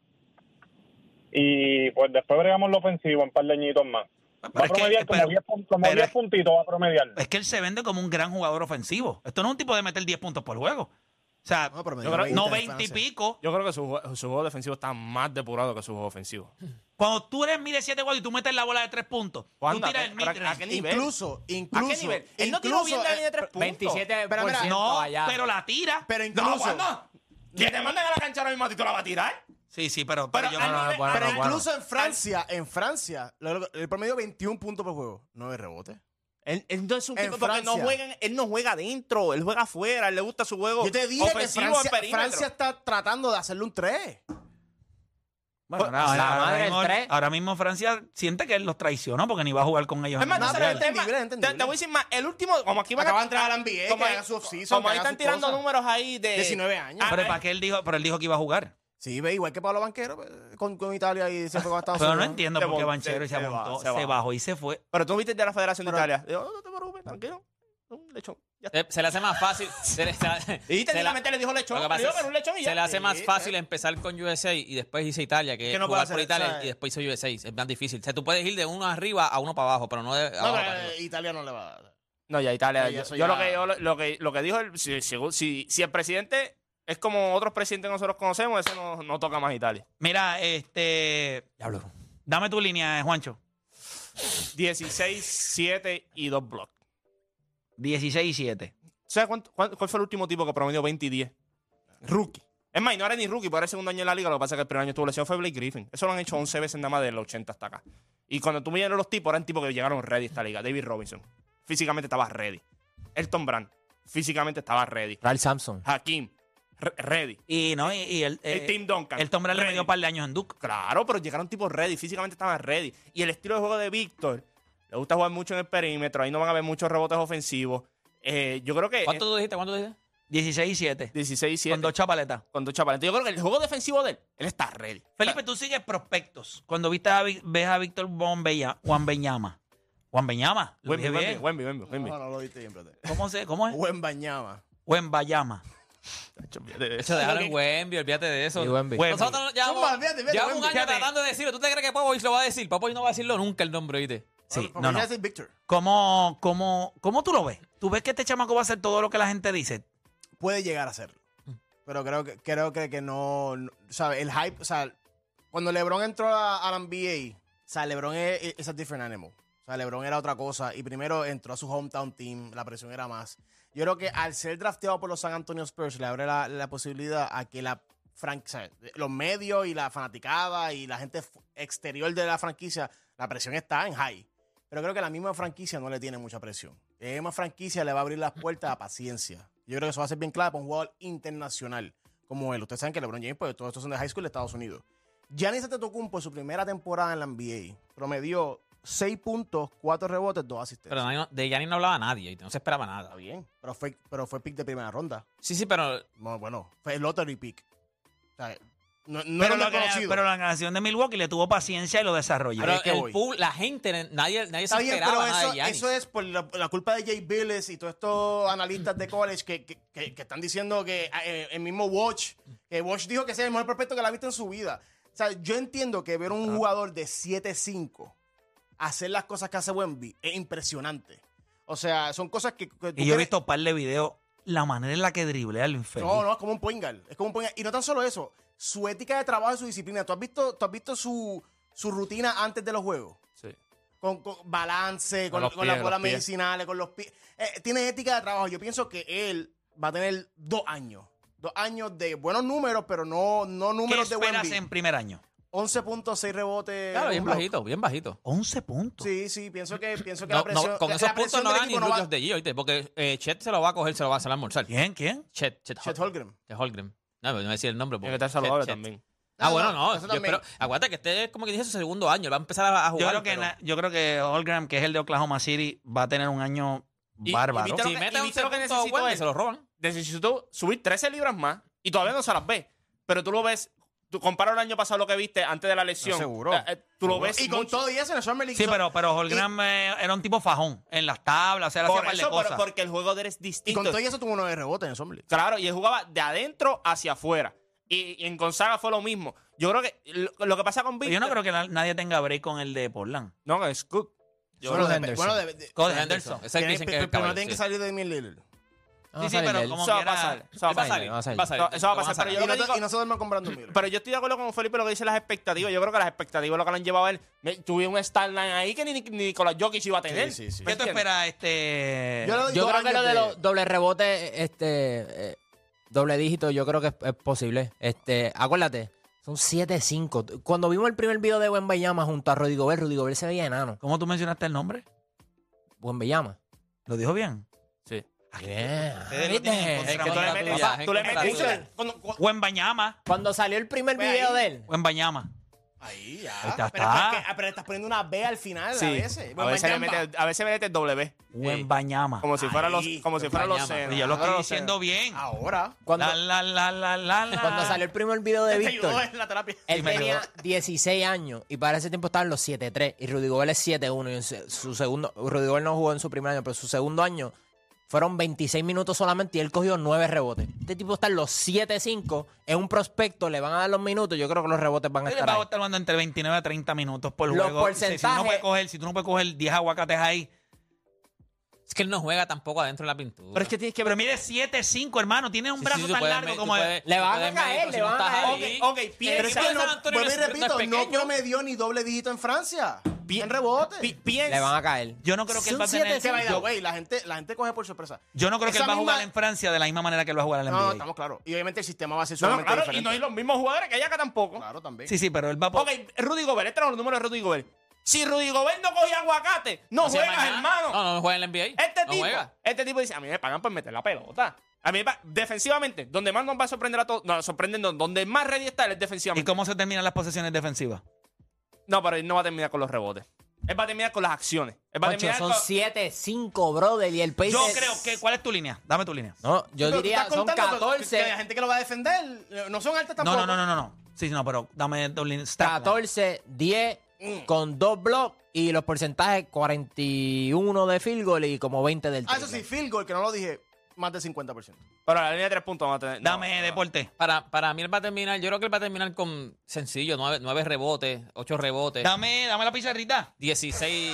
Speaker 10: Y pues después bregamos lo ofensivo en par de añitos más. Va
Speaker 4: Pero
Speaker 10: a
Speaker 4: es que-
Speaker 10: promediar como
Speaker 4: pero-
Speaker 10: 10 pun- como
Speaker 4: pero-
Speaker 10: 10 puntitos, va a promediar.
Speaker 4: Es que él se vende como un gran jugador ofensivo. Esto no es un tipo de meter 10 puntos por juego. O sea,
Speaker 7: No, pero me
Speaker 4: yo
Speaker 7: dio
Speaker 4: creo-
Speaker 7: 20
Speaker 4: no
Speaker 7: de
Speaker 4: 20 y
Speaker 7: Francia.
Speaker 4: pico.
Speaker 6: Yo creo que su, jue- su juego defensivo está más depurado que su juego ofensivo.
Speaker 4: Cuando tú eres mide 7 y tú metes la bola de 3 puntos, tú
Speaker 6: ¿Cuándo?
Speaker 4: tiras el
Speaker 6: ¿Pero a- a
Speaker 4: mid
Speaker 6: qué nivel?
Speaker 7: Incluso,
Speaker 6: ¿A
Speaker 7: incluso.
Speaker 6: qué nivel? Él no tiró bien
Speaker 7: incluso,
Speaker 6: la línea de
Speaker 7: eh,
Speaker 6: tres puntos.
Speaker 9: 27
Speaker 7: Pero mira,
Speaker 4: No,
Speaker 9: allá.
Speaker 4: pero la tira.
Speaker 7: Pero
Speaker 6: No,
Speaker 7: incluso.
Speaker 6: Wanda. Que te mandan a la cancha ahora mismo, ¿a ti tú la vas a tirar?
Speaker 4: Sí, sí, pero,
Speaker 6: Pero
Speaker 4: pero yo
Speaker 6: al
Speaker 4: no-
Speaker 9: no,
Speaker 6: nivel-
Speaker 9: bueno,
Speaker 7: Pero
Speaker 6: pero
Speaker 9: Ah, no, bueno.
Speaker 7: incluso en Francia, en Francia, lo- lo- el promedio 21 puntos por juego, 9 rebotes.
Speaker 6: Él, él no es un
Speaker 7: En
Speaker 6: tipo porque no
Speaker 7: Francia.
Speaker 6: juega, en- él no juega adentro, él juega afuera, él le gusta su juego.
Speaker 7: Yo te dije que
Speaker 6: ofensivo en
Speaker 7: Francia,
Speaker 6: perímetro.
Speaker 7: Francia está tratando de hacerle un 3.
Speaker 9: Bueno,
Speaker 4: Ahora-
Speaker 9: nada, la
Speaker 4: ahora
Speaker 9: madre
Speaker 4: mismo-
Speaker 9: del 3.
Speaker 4: ahora mismo Francia siente que él los traicionó porque ni va a jugar con ellos.
Speaker 6: Es
Speaker 4: en
Speaker 6: más,
Speaker 4: el
Speaker 6: tú
Speaker 7: No,
Speaker 6: sabes
Speaker 7: pero
Speaker 6: el
Speaker 4: mundial.
Speaker 6: tema.
Speaker 7: entendible,
Speaker 6: Te,
Speaker 7: entendible.
Speaker 6: te voy a decir más, el último, como aquí van
Speaker 7: Acaba de entrar a la NBA,
Speaker 6: como
Speaker 7: que
Speaker 6: ahí-
Speaker 7: haga su off-season,
Speaker 6: Como
Speaker 7: que
Speaker 6: ahí
Speaker 7: haga
Speaker 6: están
Speaker 7: sus
Speaker 6: tirando
Speaker 7: cosas.
Speaker 6: números ahí de
Speaker 7: 19 años.
Speaker 6: Ah,
Speaker 4: Pero
Speaker 6: eh,
Speaker 4: para qué él dijo, pero él dijo que iba a jugar.
Speaker 7: Sí, ve, igual que Pablo Banquero pues, con, con Italia y Ah, se fue con Estados
Speaker 4: Pero no
Speaker 7: Unidos.
Speaker 4: entiendo
Speaker 6: Se
Speaker 4: por qué
Speaker 6: botó,
Speaker 4: Banchero se
Speaker 6: se va,
Speaker 4: apuntó,
Speaker 6: se va.
Speaker 4: se bajó y se fue.
Speaker 6: Pero tú viste el de la Federación de Italia. Digo, no te preocupes, tranquilo. Un lechón. Ya está.
Speaker 5: Se, se le hace más fácil. Se le, se la-
Speaker 6: Y
Speaker 5: Eh, se la-
Speaker 6: técnicamente le dijo lechón.
Speaker 5: Lo que
Speaker 6: Le
Speaker 5: pasa
Speaker 6: dijo
Speaker 5: es-
Speaker 6: que era un lechón y ya.
Speaker 5: se le hace más
Speaker 7: Sí, eh.
Speaker 5: fácil empezar con USA y después irse a Italia que,
Speaker 7: Que no puede
Speaker 5: jugar
Speaker 7: hacer
Speaker 5: por
Speaker 7: eso, eh.
Speaker 5: Italia
Speaker 7: ¿sabes?
Speaker 5: y después irse a USA. Es más difícil. O sea, tú puedes ir de uno arriba a uno para abajo, pero no de
Speaker 7: No,
Speaker 5: abajo
Speaker 7: pero,
Speaker 5: para arriba.
Speaker 7: eh, Italia no le va a dar.
Speaker 6: No, ya Italia.
Speaker 7: Ya,
Speaker 6: yo,
Speaker 7: ya, eso
Speaker 6: yo lo
Speaker 7: ya-
Speaker 6: que, yo lo, lo que, lo que dijo, el, si, si, si- si el presidente es como otros presidentes que nosotros conocemos, ese no, no toca más Italia.
Speaker 4: Mira, este,
Speaker 9: Diablo.
Speaker 4: dame tu línea, eh, Juancho.
Speaker 6: 16, 7 y 2 blocks.
Speaker 4: 16 y 7.
Speaker 6: ¿Sabes cuánto- cuál, cuál fue el último tipo que promedió 20 y 10? Rookie. Es más, y no era ni rookie, pero era el segundo año en la liga. Lo que pasa es que el primer año estuvo lesionado fue Blake Griffin. Eso lo han hecho 11 veces nada más del 80 hasta acá. Y cuando tú miras los tipos, eran tipos que llegaron ready a esta liga. David Robinson. Físicamente estaba ready. Elton Brand. Físicamente estaba ready.
Speaker 9: Ral Samson.
Speaker 6: Hakim. re- ready.
Speaker 4: Y no, y, y el,
Speaker 6: El
Speaker 4: eh,
Speaker 6: Tim Duncan.
Speaker 4: el Tom Brady le
Speaker 6: ready.
Speaker 4: dio un par de años en Duke.
Speaker 6: Claro, pero llegaron tipos ready, físicamente estaban ready. Y el estilo de juego de Víctor, le gusta jugar mucho en el perímetro, ahí no van a haber muchos rebotes ofensivos. Eh, yo creo que eh,
Speaker 5: ¿Cuánto tú dijiste? ¿Cuánto tú dijiste?
Speaker 4: 16 y 7.
Speaker 6: 16 7
Speaker 4: Con dos chapaletas.
Speaker 6: con dos chapas. Yo creo que el juego defensivo de él, él está ready.
Speaker 4: Felipe, tú sigues prospectos. Cuando viste a, Vic- ves a Víctor Bombeya, Juan Beñama. Juan Beñama. Lo
Speaker 6: Wemby,
Speaker 4: dije
Speaker 6: Wemby,
Speaker 4: bien.
Speaker 6: Wemby, Wemby, Wemby.
Speaker 7: No, no lo diste bien, brother.
Speaker 4: ¿Cómo, se, ¿Cómo es?
Speaker 7: Buen bañama.
Speaker 4: Juan Bayama.
Speaker 5: Eso déjalo en Wemby, olvídate de eso.
Speaker 9: Sí, Wemby.
Speaker 4: Wemby.
Speaker 5: Nosotros llevamos,
Speaker 7: Zumba, olvídate, olvídate,
Speaker 5: llevamos un
Speaker 7: Wemby.
Speaker 5: año
Speaker 4: Fíjate.
Speaker 5: tratando de decirlo. ¿Tú te crees que Papo Boys lo va a decir? Papo Boys no va a decirlo nunca el nombre, ¿oíste?
Speaker 4: Sí,
Speaker 7: Por- por
Speaker 4: no,
Speaker 7: mí
Speaker 4: no.
Speaker 7: ya es Víctor.
Speaker 4: ¿Cómo, cómo, ¿Cómo tú lo ves? ¿Tú ves que este chamaco va a hacer todo lo que la gente dice?
Speaker 7: puede llegar a serlo. Pero creo que, creo que, que no, no- ¿sabes? El hype, o sea, cuando LeBron entró a, a la NBA, o sea, LeBron es, es- es a different animal. O sea, LeBron era otra cosa y primero entró a su hometown team, la presión era más. Yo creo que al ser drafteado por los San Antonio Spurs le abre la, la posibilidad a que la fran- o sea, los medios y la fanaticada y la gente fu- exterior de la franquicia, la presión está en high. Pero creo que la misma franquicia no le tiene mucha presión. La misma franquicia le va a abrir las puertas a paciencia. Yo creo que eso va a ser bien clave para un jugador internacional como él. Ustedes saben que LeBron James, pues todos estos son de high school de Estados Unidos. Giannis Antetokounmpo en su primera temporada en la NBA promedió 6 puntos, 4 rebotes, 2
Speaker 5: Pero
Speaker 7: asistencias.
Speaker 5: nadie no- de Gianni no hablaba nadie, ¿oíste? No se esperaba nada.
Speaker 7: Está bien, pero fue, pero fue pick de primera ronda.
Speaker 5: Sí, sí, pero
Speaker 7: No, bueno, fue el lottery pick. O sea, no, no
Speaker 4: pero,
Speaker 7: era
Speaker 4: la,
Speaker 7: un desconocido.
Speaker 4: pero la canción de Milwaukee le tuvo paciencia y lo desarrolló.
Speaker 5: Pero
Speaker 7: es que
Speaker 5: el
Speaker 7: voy.
Speaker 5: pub- la gente, nadie, nadie se
Speaker 7: Está bien,
Speaker 5: esperaba
Speaker 7: pero
Speaker 5: nada
Speaker 7: eso,
Speaker 5: de Giannis.
Speaker 7: eso es por la, la culpa de Jay Billis y todos estos analistas de college que, que- que- que están diciendo que eh, el mismo Watch, que Watch dijo que sea el mejor prospecto que la ha visto en su vida. O sea, yo entiendo que ver a un jugador de 7'5 hacer las cosas que hace Wemby es impresionante. O sea, son cosas que... que tú
Speaker 4: y yo
Speaker 7: crees-
Speaker 4: he visto un par de videos, la manera en la que driblea al infeliz.
Speaker 7: No, no, es como un point guard, Es como un point guard. Y no tan solo eso, su ética de trabajo y su disciplina. ¿Tú has visto, tú has visto su, su rutina antes de los juegos?
Speaker 6: Sí.
Speaker 7: Con, con balance,
Speaker 5: Con
Speaker 7: con,
Speaker 5: los
Speaker 7: con las
Speaker 5: pies,
Speaker 7: bolas
Speaker 5: los pies.
Speaker 7: medicinales, con los pies. Eh, tiene ética de trabajo. Yo pienso que él va a tener dos años. Dos años de buenos números, pero no, no
Speaker 4: ¿Qué
Speaker 7: números de
Speaker 4: esperas
Speaker 7: Wemby.
Speaker 4: en primer año?
Speaker 7: 11.6 rebotes.
Speaker 5: Claro, bien
Speaker 7: un block.
Speaker 5: bajito, bien bajito.
Speaker 4: 11 puntos.
Speaker 7: Sí, sí, pienso que, pienso que
Speaker 5: No,
Speaker 7: la
Speaker 5: no,
Speaker 7: presión.
Speaker 5: con
Speaker 7: la-
Speaker 5: esos
Speaker 7: la
Speaker 5: puntos
Speaker 7: presión
Speaker 5: no
Speaker 7: del
Speaker 5: dan ni
Speaker 7: equipo no va-
Speaker 5: rubios de G, ¿oíste? Porque eh, Chet se lo va a coger, se lo va a hacer almorzar.
Speaker 4: ¿Quién? ¿Quién?
Speaker 5: Chet, Chet,
Speaker 7: Chet
Speaker 5: Holmgren.
Speaker 7: Holmgren.
Speaker 5: Chet Holmgren. No, pero no voy a decir el nombre.
Speaker 6: Tiene
Speaker 5: porque-
Speaker 6: que estar
Speaker 5: Chet,
Speaker 6: saludable
Speaker 5: Chet.
Speaker 6: también.
Speaker 5: Ah,
Speaker 7: No,
Speaker 5: bueno,
Speaker 7: no,
Speaker 5: no.
Speaker 7: eso
Speaker 5: yo
Speaker 7: también.
Speaker 5: espero- aguanta que este es como que dice su segundo año. Él va a empezar a, a
Speaker 4: Yo
Speaker 5: jugar.
Speaker 4: creo, que
Speaker 5: pero-
Speaker 4: na- yo creo que Holgram, que es el de Oklahoma City, va a tener un año
Speaker 6: Y- y
Speaker 4: bárbaro.
Speaker 6: viste lo
Speaker 5: si
Speaker 6: que-
Speaker 5: mete
Speaker 6: y
Speaker 5: 11
Speaker 6: viste lo que
Speaker 5: puntos,
Speaker 6: necesitó
Speaker 5: Wendy,
Speaker 6: él.
Speaker 5: se lo roban.
Speaker 6: Necesitó subir 13 libras más y todavía no se las ve. Pero tú lo ves, tú compara el año pasado lo que viste antes de la lesión.
Speaker 7: seguro.
Speaker 6: Eh, eh, Tú lo ves
Speaker 7: Y con
Speaker 6: mucho-
Speaker 7: todo y eso en el Summer League.
Speaker 4: sí,
Speaker 7: so-
Speaker 4: pero, pero Holgram eh, era un tipo fajón en las tablas, o sea, él hacía
Speaker 6: Por
Speaker 4: par de
Speaker 6: eso, pero-
Speaker 4: cosas.
Speaker 6: porque el juego de él es
Speaker 7: Y
Speaker 6: distinto.
Speaker 7: con todo y eso tuvo 9 rebotes en el Summer League.
Speaker 6: Claro, y él jugaba de adentro hacia afuera. Y, y en Gonzaga fue lo mismo. Yo creo que lo, lo que pasa con
Speaker 4: Pero
Speaker 6: Víctor...
Speaker 4: yo no creo que na- nadie tenga break con el de Portland.
Speaker 6: No, es Cook. Yo
Speaker 9: Solo
Speaker 6: creo que-
Speaker 9: Henderson.
Speaker 7: Bueno, de- de-
Speaker 4: Con Henderson.
Speaker 5: Ese que
Speaker 7: Tiene-
Speaker 5: dicen que
Speaker 7: pe-
Speaker 5: es
Speaker 7: pe-
Speaker 5: el
Speaker 7: pero no
Speaker 5: caballo,
Speaker 7: tienen que
Speaker 5: sí.
Speaker 7: salir de Damian Lillard.
Speaker 9: Vamos a
Speaker 4: sí, sí,
Speaker 9: salir de
Speaker 4: pero
Speaker 9: él.
Speaker 4: como
Speaker 6: Eso va a
Speaker 4: quiera-
Speaker 6: pasar. Eso va a
Speaker 5: Él va a
Speaker 6: pasar.
Speaker 5: salir,
Speaker 9: va a salir.
Speaker 5: va a salir.
Speaker 6: Eso va a
Speaker 5: Lo van
Speaker 6: pasar, pero
Speaker 7: Y
Speaker 5: sacar.
Speaker 6: yo
Speaker 7: no,
Speaker 6: creo que-
Speaker 7: te- y no se duerman con Brandon Miller.
Speaker 6: Pero yo estoy de acuerdo con Felipe lo que dice las expectativas. Yo creo que las expectativas lo que le han llevado a él. me- tuve un star line ahí que ni, ni Nicolás Jokic iba a tener.
Speaker 7: Sí, sí, sí.
Speaker 6: ¿Me
Speaker 4: ¿Qué tú
Speaker 6: entiendes?
Speaker 4: esperas? Este...
Speaker 7: Yo le doy
Speaker 9: Yo
Speaker 7: dos
Speaker 9: creo que lo
Speaker 7: años
Speaker 9: de los doble rebotes, este, eh, doble dígito, yo creo que es, es posible. Este, acuérdate, son 7-5. Cuando vimos el primer video de Buen Bayama junto a Rodrigo Bell, Rodrigo Bell se veía enano.
Speaker 4: ¿Cómo tú mencionaste el nombre?
Speaker 9: Buen Bayama.
Speaker 4: ¿Lo dijo bien?
Speaker 6: Sí.
Speaker 4: Ustedes lo tienen en
Speaker 5: Es
Speaker 4: contra
Speaker 5: que tú
Speaker 4: mía.
Speaker 5: le
Speaker 6: metes-
Speaker 5: metes-
Speaker 6: papá, tú le metes-
Speaker 5: Escucha,
Speaker 6: Escucha, cuando- cu-
Speaker 4: Buen Bañama.
Speaker 9: Cuando salió el primer
Speaker 7: Pues
Speaker 9: video
Speaker 7: ahí.
Speaker 9: de él,
Speaker 4: Buen Bañama.
Speaker 7: Ahí, ya.
Speaker 4: Ahí está,
Speaker 7: pero,
Speaker 4: está.
Speaker 7: es que- ah, pero estás poniendo una B al final
Speaker 6: Sí.
Speaker 7: a veces.
Speaker 6: A
Speaker 7: Bueno,
Speaker 6: veces, le
Speaker 7: Banyamba.
Speaker 6: mete, a veces le mete el W.
Speaker 4: Buen Bañama.
Speaker 6: Como si fuera los
Speaker 7: Ahí.
Speaker 6: como si fuera los
Speaker 5: Banyama.
Speaker 6: senos.
Speaker 4: Y yo lo
Speaker 6: Fuera
Speaker 4: estoy
Speaker 6: los
Speaker 4: diciendo
Speaker 6: senos.
Speaker 4: bien.
Speaker 7: Ahora.
Speaker 9: cuando,
Speaker 4: La, la, la, la, la, la.
Speaker 9: cuando salió el primer video de
Speaker 7: Te ayudó
Speaker 9: Víctor,
Speaker 7: en la terapia.
Speaker 9: él
Speaker 4: Sí, me
Speaker 9: tenía
Speaker 4: ayudó.
Speaker 9: 16 años y para ese tiempo estaban los 7-3 y Rodrigo Bell es 7-1. Y en su- su segundo, Rodrigo Bell no jugó en su primer año, pero su segundo año fueron 26 minutos solamente y él cogió 9 rebotes. Este tipo está en los 7-5, es un prospecto, le van a dar los minutos, yo creo que los rebotes van a
Speaker 4: Ustedes
Speaker 9: estar
Speaker 4: van a
Speaker 9: ahí.
Speaker 4: estar jugando entre 29 a 30 minutos por
Speaker 9: Los
Speaker 4: juego. Si- Si, tú no
Speaker 9: porcentajes-
Speaker 4: puedes coger, si tú no puedes coger 10 aguacates ahí,
Speaker 5: Es que él no juega tampoco adentro de la pintura.
Speaker 4: Pero es que tienes que Pero mide 7, 5, hermano. Tiene un
Speaker 5: Sí,
Speaker 4: brazo
Speaker 5: sí, tú
Speaker 4: tan
Speaker 5: puedes
Speaker 4: largo
Speaker 5: medir-
Speaker 4: como
Speaker 5: tú
Speaker 4: de-
Speaker 5: puedes- Le van a tú puedes caer, medir, le si no van a estás caer. ahí.
Speaker 7: Ok, ok,
Speaker 5: El
Speaker 7: piensa-
Speaker 5: equipo de San
Speaker 7: no,
Speaker 5: Antonio
Speaker 7: vuelvo y
Speaker 5: no es-
Speaker 7: repito,
Speaker 5: no es
Speaker 7: no
Speaker 5: pequeño.
Speaker 7: promedió ni doble dígito en Francia. Bien rebote.
Speaker 9: Le van a caer.
Speaker 4: Yo no creo que él
Speaker 7: Son
Speaker 4: va a tener.
Speaker 7: siete, que, by the
Speaker 4: yo-
Speaker 7: way, la gente, la gente coge por sorpresa.
Speaker 4: Yo no creo que
Speaker 7: Esa
Speaker 4: él va a
Speaker 7: misma-
Speaker 4: jugar en Francia de la misma manera que él va a jugar en la
Speaker 7: No,
Speaker 4: NBA.
Speaker 7: estamos claros. Y obviamente el sistema va a ser
Speaker 6: No, no,
Speaker 7: sumamente
Speaker 6: claro, y
Speaker 7: diferente.
Speaker 6: no hay los mismos jugadores que hay acá tampoco.
Speaker 7: Claro, también.
Speaker 4: Sí, sí, pero él va por.
Speaker 6: Ok, Rudy Gobert, este es el número de Rudy Gobert. Si Rudy Gobert no cogía aguacate, no,
Speaker 5: No hacía
Speaker 6: juegas,
Speaker 5: más nada.
Speaker 6: hermano.
Speaker 5: No, no juega en la NBA.
Speaker 6: Este
Speaker 5: no
Speaker 6: tipo,
Speaker 5: juega.
Speaker 6: este tipo dice, a mí me pagan por meter la pelota. A mí me pa- defensivamente, donde más nos va a sorprender a todos, no, sorprenden no, donde más ready está él es
Speaker 4: ¿Y
Speaker 6: defensivamente.
Speaker 4: cómo se terminan las posesiones defensivas?
Speaker 6: No, pero él no va a terminar con los rebotes. Él va a terminar con las acciones. Él va a
Speaker 9: Ocho,
Speaker 6: terminar
Speaker 9: son
Speaker 6: con-
Speaker 9: 7, 5, brother. Y el país.
Speaker 4: Yo creo que. ¿Cuál es tu línea? Dame tu línea.
Speaker 9: No, yo
Speaker 7: Pero tú
Speaker 9: diría
Speaker 7: estás
Speaker 9: son
Speaker 7: contando que- Que,
Speaker 9: 14.
Speaker 7: la gente que lo va a defender no son altas
Speaker 4: No,
Speaker 7: tampoco.
Speaker 4: no, no, no, no. no. Sí, no, pero dame tu línea. stat line.
Speaker 9: 14, 10,
Speaker 7: Mm.
Speaker 9: con dos blocks y los porcentajes 41 de field goal y como 20 del
Speaker 7: Ah, eso sí,
Speaker 9: triple.
Speaker 7: field goal, que no lo dije, más del 50%.
Speaker 6: Pero la línea de tres puntos vamos a tener. no,
Speaker 4: Dame
Speaker 6: no.
Speaker 4: deporte.
Speaker 5: Para, para mí él va a terminar, yo creo que él va a terminar con sencillo, nueve, nueve rebotes, ocho rebotes,
Speaker 4: Dame, dame la pizarrita.
Speaker 5: 16.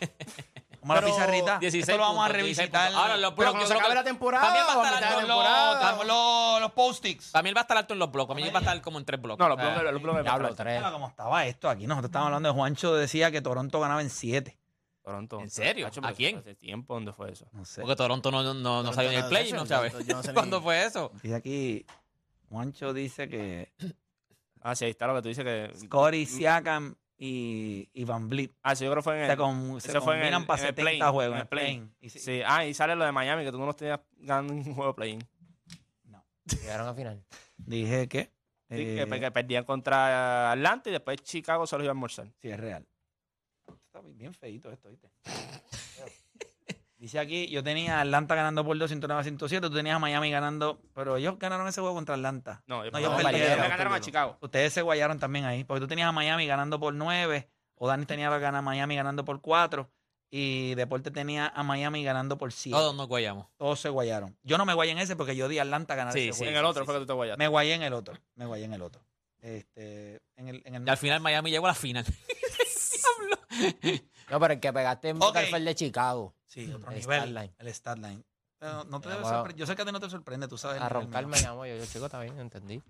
Speaker 4: Dame la
Speaker 7: Pero-
Speaker 4: pizarrita.
Speaker 5: 16
Speaker 4: Esto lo vamos a
Speaker 5: puntos, 16
Speaker 4: revisitar.
Speaker 5: puntos. Ahora, los
Speaker 7: Pero
Speaker 5: blogs,
Speaker 7: cuando
Speaker 5: yo
Speaker 7: se
Speaker 5: creo
Speaker 7: acabe
Speaker 5: que-
Speaker 7: la temporada,
Speaker 5: Para mí él va a
Speaker 7: o a
Speaker 5: estar
Speaker 7: mitad de
Speaker 5: alto en los-
Speaker 7: temporada.
Speaker 4: Dame los, los post-its.
Speaker 5: para mí él va a estar alto en los blogs. Para mí él va a estar como en tres blogs.
Speaker 6: No, los
Speaker 5: O sea,
Speaker 6: bloques, los bloques.
Speaker 9: Diablo, tres.
Speaker 4: Mira cómo estaba esto aquí. Nosotros estábamos hablando de Juancho, decía que Toronto ganaba en 7.
Speaker 6: Toronto.
Speaker 5: ¿En serio?
Speaker 6: Hacho, pero
Speaker 5: ¿A
Speaker 6: eso
Speaker 5: quién?
Speaker 6: fue Hace tiempo, ¿dónde fue eso?
Speaker 4: No sé.
Speaker 5: Porque Toronto no, no, no, no salió ni el play,
Speaker 7: Yo-
Speaker 5: ¿no sabes?
Speaker 7: yo- yo no sé ni-
Speaker 5: ¿Cuándo fue eso?
Speaker 4: Dice aquí, Juancho dice que
Speaker 6: Ah, sí, ahí está lo que tú dices que. Mm.
Speaker 4: Corey, Siakam y, y Van Vliet
Speaker 6: Ah, sí, yo creo que fue en el.
Speaker 4: se, con- se
Speaker 6: ese fue en
Speaker 4: combinan
Speaker 6: el-
Speaker 4: para
Speaker 6: en el
Speaker 4: 70
Speaker 6: play-in,
Speaker 4: juegos.
Speaker 6: en
Speaker 4: En
Speaker 6: el play-in.
Speaker 4: play-in. Y sí.
Speaker 6: Sí, ah, y sale lo de Miami, que tú no los tenías ganando en un juego de play-in.
Speaker 9: Llegaron al final.
Speaker 4: Dije que,
Speaker 6: Sí,
Speaker 4: eh,
Speaker 6: que, pe- que perdían contra Atlanta y después Chicago solo iba a almorzar.
Speaker 4: sí, es real. Está bien feito esto, ¿viste? Dice aquí, yo tenía a Atlanta ganando por 2, 109 a 107, tú tenías a Miami ganando, pero ellos ganaron ese juego contra Atlanta.
Speaker 6: No,
Speaker 4: No,
Speaker 6: ellos
Speaker 4: ellos
Speaker 6: perdieron.
Speaker 4: perdieron.
Speaker 6: Le ganaron a Chicago.
Speaker 4: Ustedes se guayaron también ahí, porque tú tenías a Miami ganando por 9, o Dani tenía a gana- Miami ganando por 4, y Deporte tenía a Miami ganando por 7.
Speaker 5: Todos nos guayamos.
Speaker 4: Todos se guayaron. Yo no me guayé en ese porque yo di a Atlanta a ganar
Speaker 5: Sí,
Speaker 4: ese
Speaker 5: sí,
Speaker 4: juego.
Speaker 6: en el otro fue que tú te guayaste.
Speaker 4: Me guayé en el otro. Me guayé en el otro. Este, en el, en el-
Speaker 5: Y al final Miami llegó a la final. Diablo.
Speaker 9: No, pero el que pegaste en
Speaker 4: Ok.
Speaker 9: fue el de Chicago.
Speaker 4: sí, otro
Speaker 9: el
Speaker 4: nivel.
Speaker 9: Statline.
Speaker 4: El Statline. Pero no te
Speaker 9: Me
Speaker 4: debe
Speaker 9: voy a-
Speaker 4: sorpre- Yo sé que a ti no te sorprende, tú sabes. el
Speaker 9: A
Speaker 4: nivel,
Speaker 9: roncar me
Speaker 4: mano.
Speaker 9: llamo yo. Yo, chico, está bien, entendí.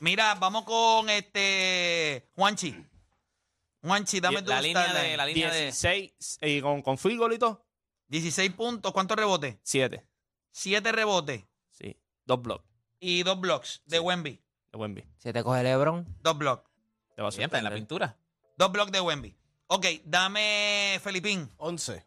Speaker 4: Mira, vamos con este Juanchi. Juanchi, dame tu
Speaker 5: la línea
Speaker 4: Statline.
Speaker 5: de la línea de
Speaker 6: 16 y eh, con, con field goal y todo,
Speaker 4: 16 puntos, ¿cuántos rebotes?
Speaker 6: 7.
Speaker 4: 7 rebotes
Speaker 6: Sí, dos blocks
Speaker 4: y 2 blocks de Wemby.
Speaker 6: de Wemby.
Speaker 9: Si te coge Lebron,
Speaker 4: 2 blocks.
Speaker 6: Te va a
Speaker 5: siempre en la
Speaker 6: sorprender.
Speaker 5: pintura.
Speaker 4: 2 blocks de Wemby. Ok, dame Felipín.
Speaker 7: 11.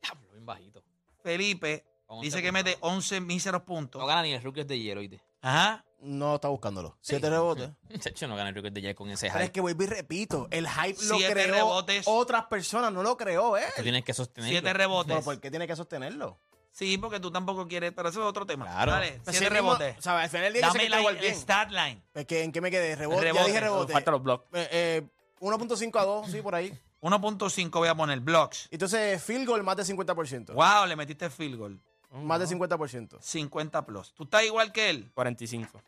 Speaker 5: Diablo, bien bajito.
Speaker 4: Felipe
Speaker 5: Con
Speaker 4: dice
Speaker 5: once
Speaker 4: que mete
Speaker 5: puntos.
Speaker 4: 11 míseros puntos.
Speaker 5: No gana ni el rookie de hielo, ¿oíste?
Speaker 4: Ajá.
Speaker 7: No está buscándolo. 7 rebotes.
Speaker 5: De hecho, no gana el rookie de hielo con ese
Speaker 7: Pero es
Speaker 5: hype.
Speaker 7: que vuelvo y repito, el hype lo
Speaker 4: Siete
Speaker 7: creó
Speaker 4: rebotes.
Speaker 7: otras personas, no lo creó, ¿eh?
Speaker 5: Tú tienes que sostenerlo.
Speaker 4: Siete
Speaker 7: Pero
Speaker 4: rebotes.
Speaker 7: ¿por qué tiene que sostenerlo?
Speaker 4: Sí, porque tú tampoco quieres, pero eso es otro tema.
Speaker 5: Claro.
Speaker 4: Dale,
Speaker 7: Pues
Speaker 4: siete
Speaker 7: sí mismo,
Speaker 4: rebotes.
Speaker 7: O sea, al final del día yo sé
Speaker 4: Dame
Speaker 7: que está
Speaker 4: la
Speaker 7: igual
Speaker 4: el
Speaker 7: bien.
Speaker 4: stat line.
Speaker 7: Es que, ¿en qué me quedé? Rebote.
Speaker 4: Rebote,
Speaker 7: Ya dije rebote.
Speaker 6: Faltan los blocks.
Speaker 7: Eh, eh, 1.5 a 2, sí, por ahí.
Speaker 4: 1.5 voy a poner blocks.
Speaker 7: Entonces, field goal más de 50%.
Speaker 4: Wow, le metiste field goal.
Speaker 7: Más de 50%.
Speaker 4: 50 plus. Tú estás igual que él.
Speaker 6: 45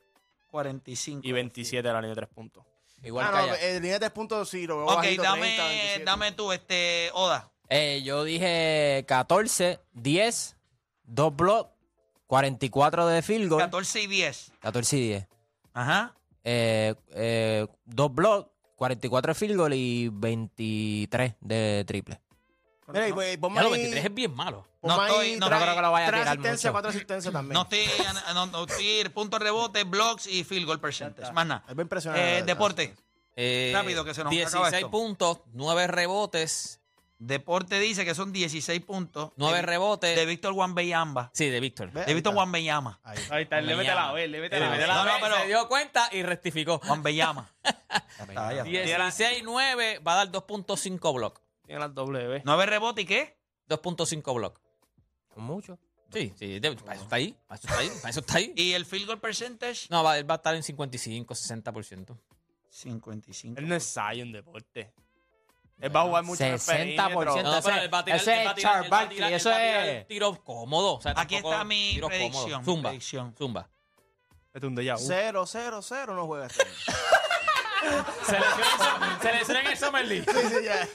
Speaker 4: 45.
Speaker 6: y 27 de la línea de tres puntos.
Speaker 5: Igual
Speaker 7: ah,
Speaker 5: que allá.
Speaker 7: no, eh, línea de 3 puntos, sí, lo veo
Speaker 4: Ok,
Speaker 7: bajito,
Speaker 4: dame,
Speaker 7: 30, 27.
Speaker 4: dame tú, este, Oda.
Speaker 9: Eh, yo dije 14, 10, 2 blocks, 44 de field goal,
Speaker 4: 14 y 10.
Speaker 9: 14 y 10.
Speaker 4: Ajá.
Speaker 9: Eh, eh, 2 blocks, 44 de field goal y 23 de triple.
Speaker 7: Mira, y, pues, ponme
Speaker 5: Ya lo
Speaker 7: ahí-
Speaker 5: 23 es bien malo.
Speaker 7: ponme
Speaker 4: No estoy-
Speaker 7: ahí
Speaker 4: no, no
Speaker 7: tres-
Speaker 9: creo que lo vaya a
Speaker 7: tres
Speaker 9: tirar
Speaker 7: asistencias,
Speaker 9: mucho.
Speaker 7: cuatro asistencias también.
Speaker 4: No estoy, no, no estoy- punto rebote, blocks y field goal percentage. Más nada.
Speaker 7: Es bien impresionante.
Speaker 4: Eh, deporte.
Speaker 5: Eh,
Speaker 4: Rápido, que se nos acaba
Speaker 5: 16
Speaker 4: esto.
Speaker 5: puntos, 9 rebotes,
Speaker 4: Deporte dice que son 16 puntos.
Speaker 5: 9
Speaker 4: de,
Speaker 5: rebotes.
Speaker 4: de Víctor Wambeyamba.
Speaker 5: sí, de Víctor.
Speaker 7: Ve,
Speaker 4: De
Speaker 7: ahí
Speaker 4: Víctor
Speaker 7: está.
Speaker 4: Wambeyama.
Speaker 7: Ahí.
Speaker 6: Ahí está,
Speaker 5: le mete la
Speaker 6: vez, le mete
Speaker 4: la B,
Speaker 5: No, no,
Speaker 4: Ve,
Speaker 5: pero
Speaker 4: se
Speaker 5: se dio cuenta y rectificó.
Speaker 4: Wambeyama. Ya está, ya está.
Speaker 5: 16-9 va a dar 2.5 block.
Speaker 6: Tiene las doble B.
Speaker 4: ¿Nueve rebotes y qué?
Speaker 5: 2.5 block.
Speaker 9: Mucho.
Speaker 5: Sí, sí, de- para eso está ahí. Para eso está ahí. Para eso está ahí.
Speaker 4: ¿Y el field goal percentage?
Speaker 5: No, va, él va a estar en 55, 60%.
Speaker 4: 55.
Speaker 6: Él no ensayo en deporte. Él va a jugar mucho en el
Speaker 9: 60%.
Speaker 6: perímetro.
Speaker 5: No, no,
Speaker 9: Ese-
Speaker 5: pero él va a tirar-
Speaker 9: ese
Speaker 5: él va a
Speaker 9: es
Speaker 5: tirar-
Speaker 9: Charles
Speaker 5: él va a
Speaker 9: Barkley,
Speaker 5: tirar- él
Speaker 9: eso
Speaker 5: va a tirar
Speaker 9: es-
Speaker 5: el tiro cómodo. o sea,
Speaker 4: Aquí
Speaker 5: tampoco
Speaker 4: está mi
Speaker 5: tiro cómodo.
Speaker 4: predicción,
Speaker 5: Zumba.
Speaker 4: predicción.
Speaker 5: Zumba.
Speaker 6: Este es un déjà vu.
Speaker 7: Cero, cero, cero no juega este año.
Speaker 5: Se le en el Summer League.
Speaker 7: Sí, sí, ya.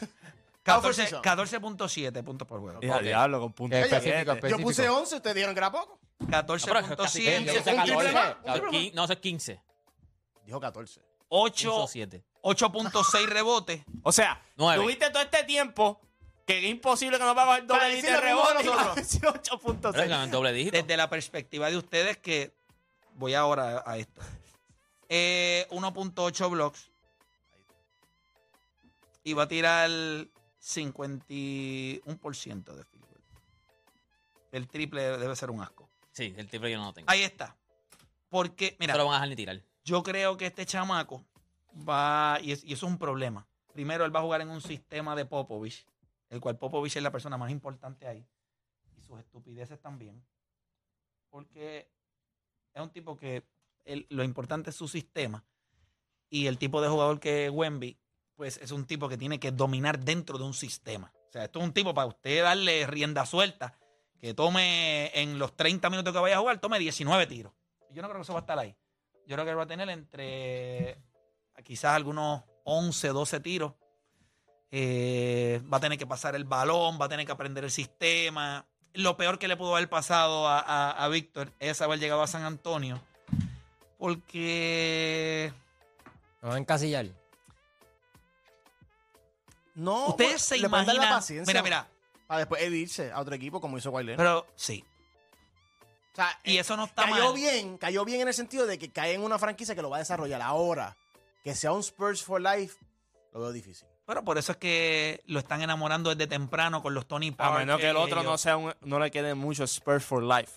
Speaker 7: 14
Speaker 4: 14 14.7 puntos por juego.
Speaker 7: Y a diablo, con puntos. Qué específico, específico. Yo puse 11, ustedes dijeron que era poco.
Speaker 5: casi
Speaker 4: 14.7.
Speaker 5: 15,
Speaker 4: Un triple más, un
Speaker 5: 14,
Speaker 4: triple más.
Speaker 5: qui- No, eso es 15.
Speaker 7: Dijo 14.
Speaker 4: 8, 8.6 rebotes.
Speaker 6: O sea,
Speaker 4: Nueve.
Speaker 6: tuviste todo este tiempo que es imposible que no va a bajar
Speaker 7: Para
Speaker 6: doble
Speaker 7: decir
Speaker 6: de
Speaker 7: lo mismo
Speaker 6: rebote.
Speaker 7: que nosotros.
Speaker 4: 18.6. Desde la perspectiva de ustedes que voy ahora a a esto. Eh, 1.8 blocks. Y va a tirar 51% de field goal. El triple debe ser un asco.
Speaker 5: Sí, el triple yo no lo tengo.
Speaker 4: Ahí está. Porque, mira.
Speaker 5: No lo van a dejar ni tirar.
Speaker 4: Yo creo que este chamaco va. Y, es- y eso es un problema. Primero, él va a jugar en un sistema de Popovich, el cual Popovich es la persona más importante ahí. Y sus estupideces también. Porque es un tipo que él- lo importante es su sistema. Y el tipo de jugador que es Wemby, pues es un tipo que tiene que dominar dentro de un sistema. O sea, esto es un tipo para usted darle rienda suelta, que tome en los 30 minutos que vaya a jugar, tome 19 tiros. Yo no creo que eso va a estar ahí. Yo creo que va a tener entre quizás algunos 11, 12 tiros. Eh, va a tener que pasar el balón, va a tener que aprender el sistema. Lo peor que le pudo haber pasado a, a- a Víctor es haber llegado a San Antonio. Porque
Speaker 9: Lo van a encasillar.
Speaker 7: No, pues,
Speaker 4: ustedes se
Speaker 7: le pueden dar la
Speaker 4: imaginan.
Speaker 7: paciencia.
Speaker 4: Mira, mira.
Speaker 7: Para después edirse a otro equipo como hizo Wilder.
Speaker 4: Pero sí.
Speaker 7: O sea, eh,
Speaker 4: Y eso no está
Speaker 7: cayó
Speaker 4: mal.
Speaker 7: bien, cayó bien en el sentido de que cae en una franquicia que lo va a desarrollar ahora. Que sea un Spurs for Life, lo veo difícil.
Speaker 4: Pero por eso es que lo están enamorando desde temprano con los Tony
Speaker 6: A
Speaker 4: Parker.
Speaker 6: menos que el
Speaker 4: y
Speaker 6: otro no
Speaker 4: ellos.
Speaker 6: sea un- no le quede mucho Spurs for Life.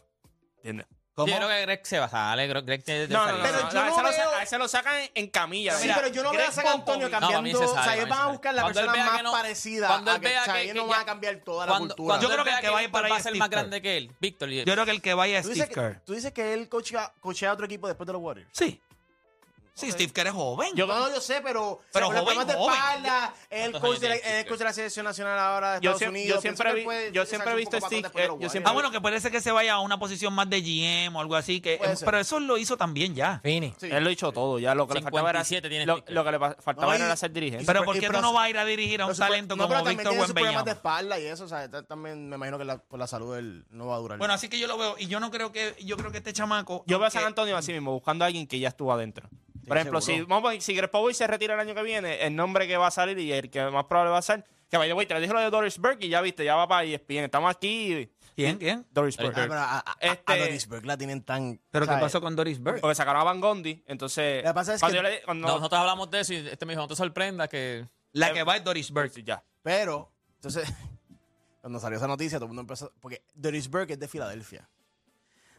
Speaker 6: ¿Entiendes?
Speaker 4: ¿Cómo?
Speaker 5: Yo creo que Greg se va, sale. Greg, Greg te, te
Speaker 6: No, no,
Speaker 5: sale.
Speaker 6: no,
Speaker 7: Pero
Speaker 6: no,
Speaker 7: yo
Speaker 6: a
Speaker 7: no
Speaker 6: ese lo
Speaker 7: veo-
Speaker 6: saca- a ese lo sacan en camilla.
Speaker 7: sí,
Speaker 6: mira.
Speaker 7: pero yo no veo a
Speaker 6: Greg
Speaker 7: San Antonio
Speaker 5: No,
Speaker 6: Popovich.
Speaker 5: para mí
Speaker 7: cambiando.
Speaker 5: se
Speaker 7: o
Speaker 5: sale,
Speaker 7: sea,
Speaker 5: para
Speaker 7: ellos
Speaker 5: mí
Speaker 7: van
Speaker 5: se
Speaker 7: a
Speaker 5: sale.
Speaker 7: buscar la
Speaker 5: Cuando él
Speaker 7: persona
Speaker 5: vea
Speaker 7: más
Speaker 5: que no-
Speaker 7: parecida.
Speaker 5: cuando él
Speaker 7: a que-
Speaker 5: vea
Speaker 7: o sea,
Speaker 5: que-
Speaker 7: ellos no
Speaker 5: que
Speaker 7: van
Speaker 5: ya-
Speaker 7: a cambiar toda la
Speaker 5: Cuando,
Speaker 7: cultura.
Speaker 4: Yo
Speaker 5: yo
Speaker 4: creo
Speaker 5: creo
Speaker 4: que el que
Speaker 5: que
Speaker 4: va a ir
Speaker 5: Víctor
Speaker 4: para
Speaker 5: va
Speaker 4: allá
Speaker 5: a ser
Speaker 4: es
Speaker 5: más
Speaker 4: Steve
Speaker 5: grande que él. Víctor.
Speaker 4: Yo creo que el que vaya es
Speaker 7: ¿Tú dices,
Speaker 4: Steve
Speaker 7: que,
Speaker 4: Kerr.
Speaker 7: tú dices que él coachea, coachea a otro equipo después de los Warriors.
Speaker 4: Sí. Sí, Steve Kerr es joven.
Speaker 7: Yo no, yo sé, pero.
Speaker 4: Pero
Speaker 7: o sea, con las palmas
Speaker 4: joven,
Speaker 7: de
Speaker 4: joven.
Speaker 7: espalda, el
Speaker 5: ¿Cuántos
Speaker 7: coach, de la,
Speaker 5: años tiene
Speaker 7: el coach de la selección nacional ahora de
Speaker 6: Yo
Speaker 7: Estados
Speaker 6: siem- yo
Speaker 7: Unidos.
Speaker 6: siempre
Speaker 7: Pienso que
Speaker 6: vi-
Speaker 7: puede
Speaker 6: yo siempre he
Speaker 7: sacar un poco
Speaker 6: visto
Speaker 7: más
Speaker 6: Steve-
Speaker 7: después de
Speaker 6: eh,
Speaker 7: los
Speaker 6: yo siempre-
Speaker 4: Ah,
Speaker 7: Warriors.
Speaker 4: bueno, que parece que se vaya a una posición más de GM o algo así. Que,
Speaker 7: Puede
Speaker 4: eh,
Speaker 7: ser.
Speaker 4: pero eso lo hizo también ya.
Speaker 9: Fini.
Speaker 7: Sí.
Speaker 6: Él lo hizo todo, ya lo que le faltaba era
Speaker 5: 57 tiene
Speaker 6: lo,
Speaker 5: Steve Kerr.
Speaker 6: lo que le pa- faltaba
Speaker 7: No, y-
Speaker 6: era ser dirigente.
Speaker 4: Pero
Speaker 7: super-
Speaker 4: ¿por
Speaker 7: y
Speaker 4: qué tú
Speaker 7: pero-
Speaker 4: no vas a ir a dirigir a un
Speaker 7: Pero su-
Speaker 4: talento
Speaker 7: no, pero
Speaker 4: como
Speaker 7: también
Speaker 4: Víctor
Speaker 7: tiene sus problemas de
Speaker 4: Wembanyama?
Speaker 7: espalda y eso, o sea, está- también me imagino que la- por la salud él no va a durar.
Speaker 4: Bueno, así que yo lo veo. Y yo no creo que, yo creo que este chamaco.
Speaker 6: Yo veo a San
Speaker 4: aunque-
Speaker 6: Antonio así mismo, buscando a alguien que ya estuvo adentro. Por ejemplo, si,
Speaker 7: seguro.
Speaker 6: vamos, a poner- si Greg Popovich se retira el año que viene, el nombre que va a salir y el que más probable va a ser, que vaya, güey, te lo dije lo de Doris Burke y ya viste, ya va para E ESPN. Estamos aquí.
Speaker 4: ¿Quién? ¿Quién?
Speaker 6: Doris
Speaker 7: Ah, pero
Speaker 6: Burke.
Speaker 7: a, a- a-
Speaker 6: Este-
Speaker 7: a Doris Burke la tienen tan.
Speaker 4: ¿Pero qué
Speaker 7: ¿sabes?
Speaker 4: pasó con Doris Burke?
Speaker 6: Porque sacaron a Van Gondi, entonces...
Speaker 7: Lo que pasa es
Speaker 6: cuando
Speaker 7: que-
Speaker 6: yo le- cuando-
Speaker 5: Nosotros hablamos de eso y este me dijo, no te sorprendas que...
Speaker 4: La que va es Doris Burke.
Speaker 6: Sí, ya.
Speaker 7: Pero, entonces, cuando salió esa noticia, todo el mundo empezó. Porque Doris Burke es de Filadelfia.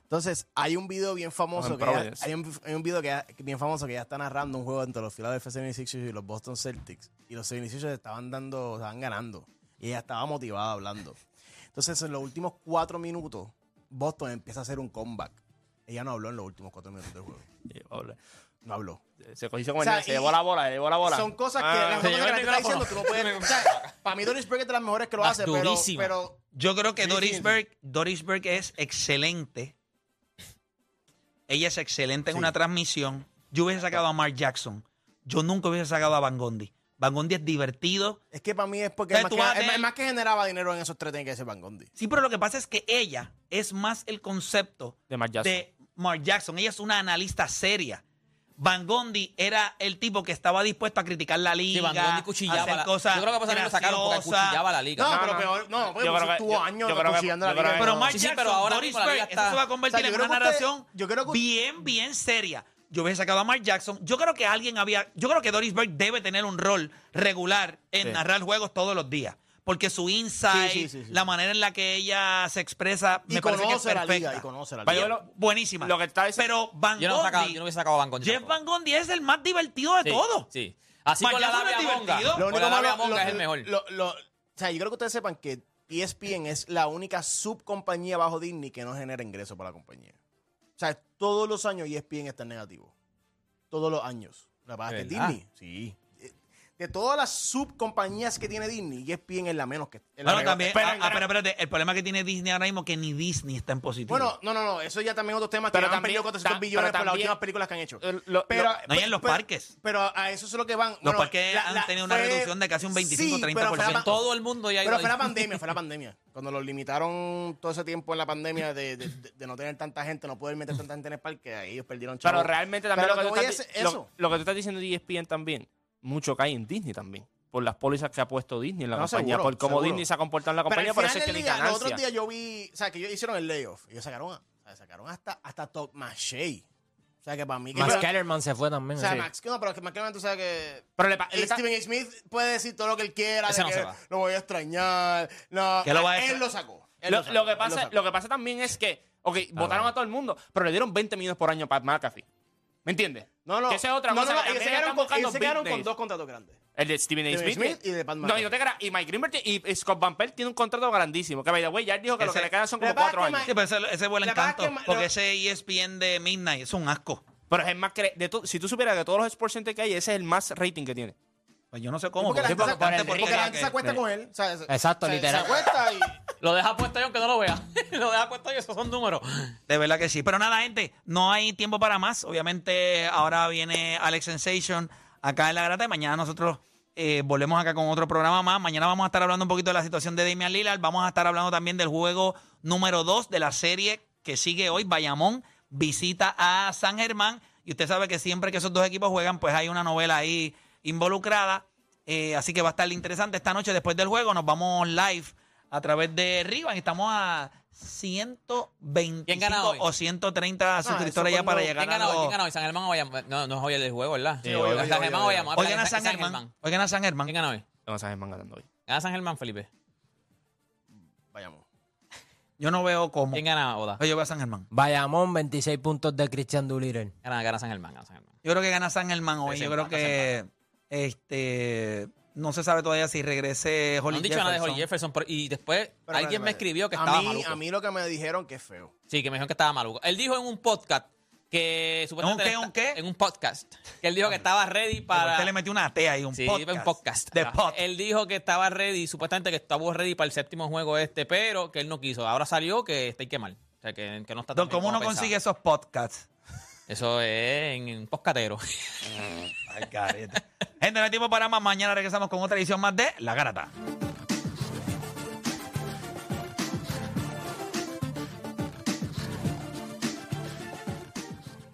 Speaker 7: Entonces, hay un video bien
Speaker 6: Ah, en
Speaker 7: famoso que ella-
Speaker 6: Providence.
Speaker 7: hay, un, hay un video que ella- bien famoso que ya está narrando un juego entre los Philadelphia 76ers y los Boston Celtics. Y los 76ers estaban dando, estaban ganando. Y ella estaba motivada hablando. Entonces, en los últimos cuatro minutos, Boston empieza a hacer un comeback. Ella no habló en los últimos cuatro minutos del juego.
Speaker 6: Sí, hola.
Speaker 7: No habló.
Speaker 6: Se cogió con
Speaker 7: O sea,
Speaker 6: el- se
Speaker 7: y-
Speaker 6: llevó la bola, se llevó la bola.
Speaker 7: Son cosas que, las
Speaker 6: Ah, se
Speaker 7: cosas que
Speaker 6: llevó
Speaker 7: la
Speaker 6: el
Speaker 7: gente está
Speaker 6: micrófono.
Speaker 7: diciendo, tú no puedes. o sea, para mí, Doris Burke es de las mejores que lo
Speaker 5: Más
Speaker 7: hace, pero-
Speaker 5: durísima.
Speaker 7: pero
Speaker 4: Yo creo que
Speaker 7: Sí,
Speaker 4: Doris
Speaker 7: sí, sí.
Speaker 4: Burke, Doris Burke es excelente. Ella es excelente en una transmisión. Yo hubiese sacado a Mark Jackson. Yo nunca hubiese sacado a Van Gondi. Van Gondi es divertido.
Speaker 7: Es que para mí es porque
Speaker 4: O
Speaker 7: es
Speaker 4: sea,
Speaker 7: más,
Speaker 4: tú
Speaker 7: que,
Speaker 4: vas a
Speaker 7: es más-
Speaker 4: tener-
Speaker 7: es más que generaba dinero en esos tres, tiene que ser Van Gondi.
Speaker 4: Sí, pero lo que pasa es que ella es más el concepto
Speaker 6: De Mark Jackson.
Speaker 4: de Mark Jackson. Ella es una analista seria. Van Gondi era el tipo que estaba dispuesto a criticar la liga,
Speaker 5: Sí, Van Gondi
Speaker 4: a
Speaker 5: cuchillaba
Speaker 4: hacer
Speaker 5: la-
Speaker 4: cosas
Speaker 5: Yo creo que pasa que lo sacaron porque
Speaker 4: graciosas.
Speaker 5: cuchillaba la liga.
Speaker 7: No,
Speaker 6: no,
Speaker 7: pero
Speaker 6: no.
Speaker 7: peor, no, porque
Speaker 6: Yo creo que-
Speaker 7: estuvo
Speaker 6: yo-
Speaker 7: años
Speaker 6: yo creo que-
Speaker 7: cuchillando
Speaker 6: yo
Speaker 7: la
Speaker 6: creo
Speaker 7: liga.
Speaker 6: que-
Speaker 4: Pero
Speaker 7: no.
Speaker 4: Mark
Speaker 5: Sí, sí,
Speaker 4: Jackson,
Speaker 5: pero ahora
Speaker 4: Doris
Speaker 5: mismo la
Speaker 4: Burke,
Speaker 5: liga
Speaker 4: eso
Speaker 5: está-
Speaker 4: se va a convertir
Speaker 7: O sea,
Speaker 4: en
Speaker 7: yo
Speaker 4: una
Speaker 7: creo que usted-
Speaker 4: narración
Speaker 7: yo creo que-
Speaker 4: bien, bien seria. Yo hubiese sacado a Mark Jackson. Yo creo que alguien había... Yo creo que Doris Burke debe tener un rol regular en
Speaker 6: Sí.
Speaker 4: narrar juegos todos los días. Porque su insight,
Speaker 7: Sí, sí, sí, sí.
Speaker 4: la manera en la que ella se expresa,
Speaker 7: Y
Speaker 4: me parece que es
Speaker 7: conoce la
Speaker 4: perfecta.
Speaker 7: liga, y conoce la
Speaker 6: Vaya,
Speaker 7: liga.
Speaker 6: lo-
Speaker 4: Buenísima.
Speaker 6: Lo que está diciendo-
Speaker 4: Pero Van
Speaker 5: Yo no, sacaba,
Speaker 4: Gondi...
Speaker 5: yo no hubiese sacado a Van Gondi.
Speaker 4: Jeff Van Gondi es el más divertido de
Speaker 5: Sí,
Speaker 4: todo.
Speaker 5: Sí. Así
Speaker 4: Mark
Speaker 5: con la
Speaker 4: Jackson es
Speaker 5: labia monga.
Speaker 4: divertido.
Speaker 5: Con la labia monga es el mejor.
Speaker 7: lo- lo- o sea, yo creo que ustedes sepan que E ESPN es la única subcompañía bajo Disney que no genera ingresos para la compañía. O sea, todos E los años ESPN está en negativo. Todos los años. La verdad es que
Speaker 5: ¿Verdad?
Speaker 7: Disney, sí. Eh, de todas las subcompañías que tiene Disney, E ESPN es la menos que. es la
Speaker 4: Bueno,
Speaker 7: menos-
Speaker 4: también,
Speaker 7: Espera,
Speaker 4: ah, ah,
Speaker 7: espera.
Speaker 4: pero espérate, el problema que tiene Disney ahora mismo es que ni Disney está en positivo.
Speaker 7: Bueno, no, no, no, eso ya también es otro tema.
Speaker 4: Pero
Speaker 7: que han
Speaker 4: también-
Speaker 7: perdido 400
Speaker 4: ta-
Speaker 7: billones
Speaker 4: pero
Speaker 7: por las
Speaker 4: también-
Speaker 7: últimas películas que han hecho.
Speaker 4: lo- no, y en los parques.
Speaker 7: Pero a- a eso es lo que van. Los
Speaker 4: parques han tenido una reducción de casi un 25, 30%.
Speaker 5: Todo el mundo ya ha ido
Speaker 7: Pero
Speaker 5: ahí.
Speaker 7: fue la pandemia, fue la pandemia. Cuando los limitaron todo ese tiempo en la pandemia de, de- de- de no tener tanta gente, no poder meter tanta gente en el parque, ahí ellos perdieron
Speaker 6: Pero
Speaker 7: chavos.
Speaker 6: realmente también
Speaker 7: Pero
Speaker 6: lo, que
Speaker 7: voy
Speaker 6: tú
Speaker 7: a
Speaker 6: estás,
Speaker 7: hacer-
Speaker 6: di- lo-
Speaker 7: eso.
Speaker 6: lo que tú estás diciendo de E ESPN también, mucho cae en Disney también. Por las pólizas que ha puesto Disney en la
Speaker 7: No,
Speaker 6: compañía,
Speaker 7: seguro,
Speaker 6: por cómo
Speaker 7: seguro.
Speaker 6: Disney se ha comportado en la
Speaker 7: Pero
Speaker 6: compañía,
Speaker 7: al
Speaker 6: por
Speaker 7: final
Speaker 6: eso es que
Speaker 7: del
Speaker 6: ni
Speaker 7: día,
Speaker 6: ganancia.
Speaker 7: Los otros días yo vi, o sea, que ellos hicieron el layoff. Ellos sacaron, a- o sea, sacaron hasta, hasta Top Maché. O sea, que para mí... que-
Speaker 9: Max
Speaker 7: pero-
Speaker 9: Kellerman se fue también.
Speaker 7: O sea,
Speaker 9: sí.
Speaker 7: Max, no, pero es que Max Kellerman, tú sabes que...
Speaker 6: Pero
Speaker 7: Y Steven A. Smith puede decir todo lo que él quiera,
Speaker 6: Ese
Speaker 7: de
Speaker 6: no se
Speaker 7: que
Speaker 6: va.
Speaker 7: lo voy a extrañar. No,
Speaker 6: Que lo va a
Speaker 7: él
Speaker 6: extra-
Speaker 7: lo sacó. él
Speaker 6: Lo,
Speaker 7: sacó,
Speaker 6: lo que
Speaker 7: él
Speaker 6: pasa,
Speaker 7: sacó.
Speaker 6: lo que pasa también es que, ok, votaron a todo el mundo, pero le dieron 20 millones por año a Pat McAfee. ¿Me entiendes?
Speaker 7: No, no,
Speaker 6: Que esa es otra
Speaker 7: no,
Speaker 6: cosa.
Speaker 7: no, no,
Speaker 6: que
Speaker 7: ellos se
Speaker 6: también
Speaker 7: quedaron con-
Speaker 6: están
Speaker 7: ellos
Speaker 6: buscando
Speaker 7: se quedaron
Speaker 6: big
Speaker 7: con
Speaker 6: days.
Speaker 7: dos contratos grandes.
Speaker 6: El de Steven A.
Speaker 7: Steven
Speaker 6: Smith.
Speaker 7: Smith
Speaker 6: que-
Speaker 7: y de Pat
Speaker 6: No, y no te creas, Y Mike Greenberg y y Scott Van Pelt tienen un contrato grandísimo. Que, by the way, ya él dijo que lo que le quedan son como cuatro años.
Speaker 4: Sí, pero ese, ese vuelo
Speaker 6: La verdad
Speaker 4: encanto.
Speaker 6: es que ma-
Speaker 4: porque
Speaker 6: lo-
Speaker 4: ese E ESPN de Midnight es un asco.
Speaker 6: Pero es el más... cre- de to- si tú supieras que todos los sports centers que hay, ese es el más rating que tiene.
Speaker 4: Pues yo no sé cómo.
Speaker 6: porque la
Speaker 4: porque-
Speaker 6: gente se-
Speaker 4: porque-
Speaker 6: por el
Speaker 4: porque-
Speaker 6: rico
Speaker 7: Porque la gente se acuesta con él. o sea, se-
Speaker 9: Exacto,
Speaker 7: se-
Speaker 9: literal.
Speaker 7: Se acuesta y...
Speaker 5: Lo deja puesto yo aunque no lo vea. lo deja puesto yo, esos son números.
Speaker 4: De verdad que sí. Pero nada, gente, no hay tiempo para más. Obviamente, ahora viene Alex Sensation acá en la grata y mañana nosotros eh, volvemos acá con otro programa más. Mañana vamos a estar hablando un poquito de la situación de Damian Lillard. Vamos a estar hablando también del juego número 2 de la serie que sigue hoy. Bayamón visita a San Germán. Y usted sabe que siempre que esos dos equipos juegan, pues hay una novela ahí involucrada. Eh, así que va a estar interesante. Esta noche, después del juego, nos vamos live a través de Rivan. Estamos a 125
Speaker 5: ¿Quién gana hoy? Ah,
Speaker 4: o 130
Speaker 5: eso
Speaker 4: suscriptores ya
Speaker 5: cuando-
Speaker 4: para llegar
Speaker 5: ¿Quién gana
Speaker 4: a
Speaker 5: hoy?
Speaker 4: los-
Speaker 5: ¿Quién gana hoy? San Germán o Bayamón. No, no es hoy el juego, ¿verdad?
Speaker 4: Sí, hoy, hoy, hoy,
Speaker 5: San Germán o
Speaker 4: hoy,
Speaker 5: Bayamón.
Speaker 4: hoy. Hoy gana San Germán. Hoy gana San Germán.
Speaker 5: ¿Quién gana hoy?
Speaker 6: No, San Germán ganando hoy.
Speaker 5: Gana San Germán, Felipe.
Speaker 7: Vayamos.
Speaker 4: Yo no veo cómo.
Speaker 5: ¿Quién gana Oda?
Speaker 4: Oye, yo voy a San Germán.
Speaker 9: Bayamón, 26 puntos de Christian Doolittle.
Speaker 5: Gana, gana San Germán, gana San Germán.
Speaker 4: Yo creo que gana San Germán hoy.
Speaker 5: Sí,
Speaker 4: Yo
Speaker 5: se
Speaker 4: creo
Speaker 5: empata,
Speaker 4: que este no se sabe todavía si regrese
Speaker 5: No
Speaker 4: Holly
Speaker 5: han dicho nada de Holly Jefferson. pero- y después
Speaker 7: Pero
Speaker 5: alguien
Speaker 7: espérate,
Speaker 5: me
Speaker 7: espérate.
Speaker 5: escribió que
Speaker 7: A
Speaker 5: estaba
Speaker 7: mí-
Speaker 5: maluco.
Speaker 7: A mí lo que me dijeron que es feo.
Speaker 5: Sí, que me dijeron que estaba maluco. Él dijo en un podcast que supuestamente.
Speaker 4: qué,
Speaker 5: él
Speaker 4: un
Speaker 5: está- En un podcast. Que él dijo que estaba ready
Speaker 4: Pero
Speaker 5: para.
Speaker 4: Usted le metió una T ahí, un
Speaker 5: Sí, pues,
Speaker 4: podcast.
Speaker 5: un podcast.
Speaker 4: De
Speaker 5: Ajá.
Speaker 4: pod.
Speaker 5: Él dijo que estaba ready, supuestamente que estaba ready para el séptimo juego este, pero que él no quiso. Ahora salió que está y que mal. O sea, que, que no está tan
Speaker 4: Don,
Speaker 5: bien
Speaker 4: ¿Cómo
Speaker 5: como
Speaker 4: uno
Speaker 5: pensaba.
Speaker 4: consigue esos podcasts?
Speaker 5: Eso es en, en Postcatero.
Speaker 4: Ay, careta. Gente, no hay tiempo para más. Mañana regresamos con otra edición más de La Garata.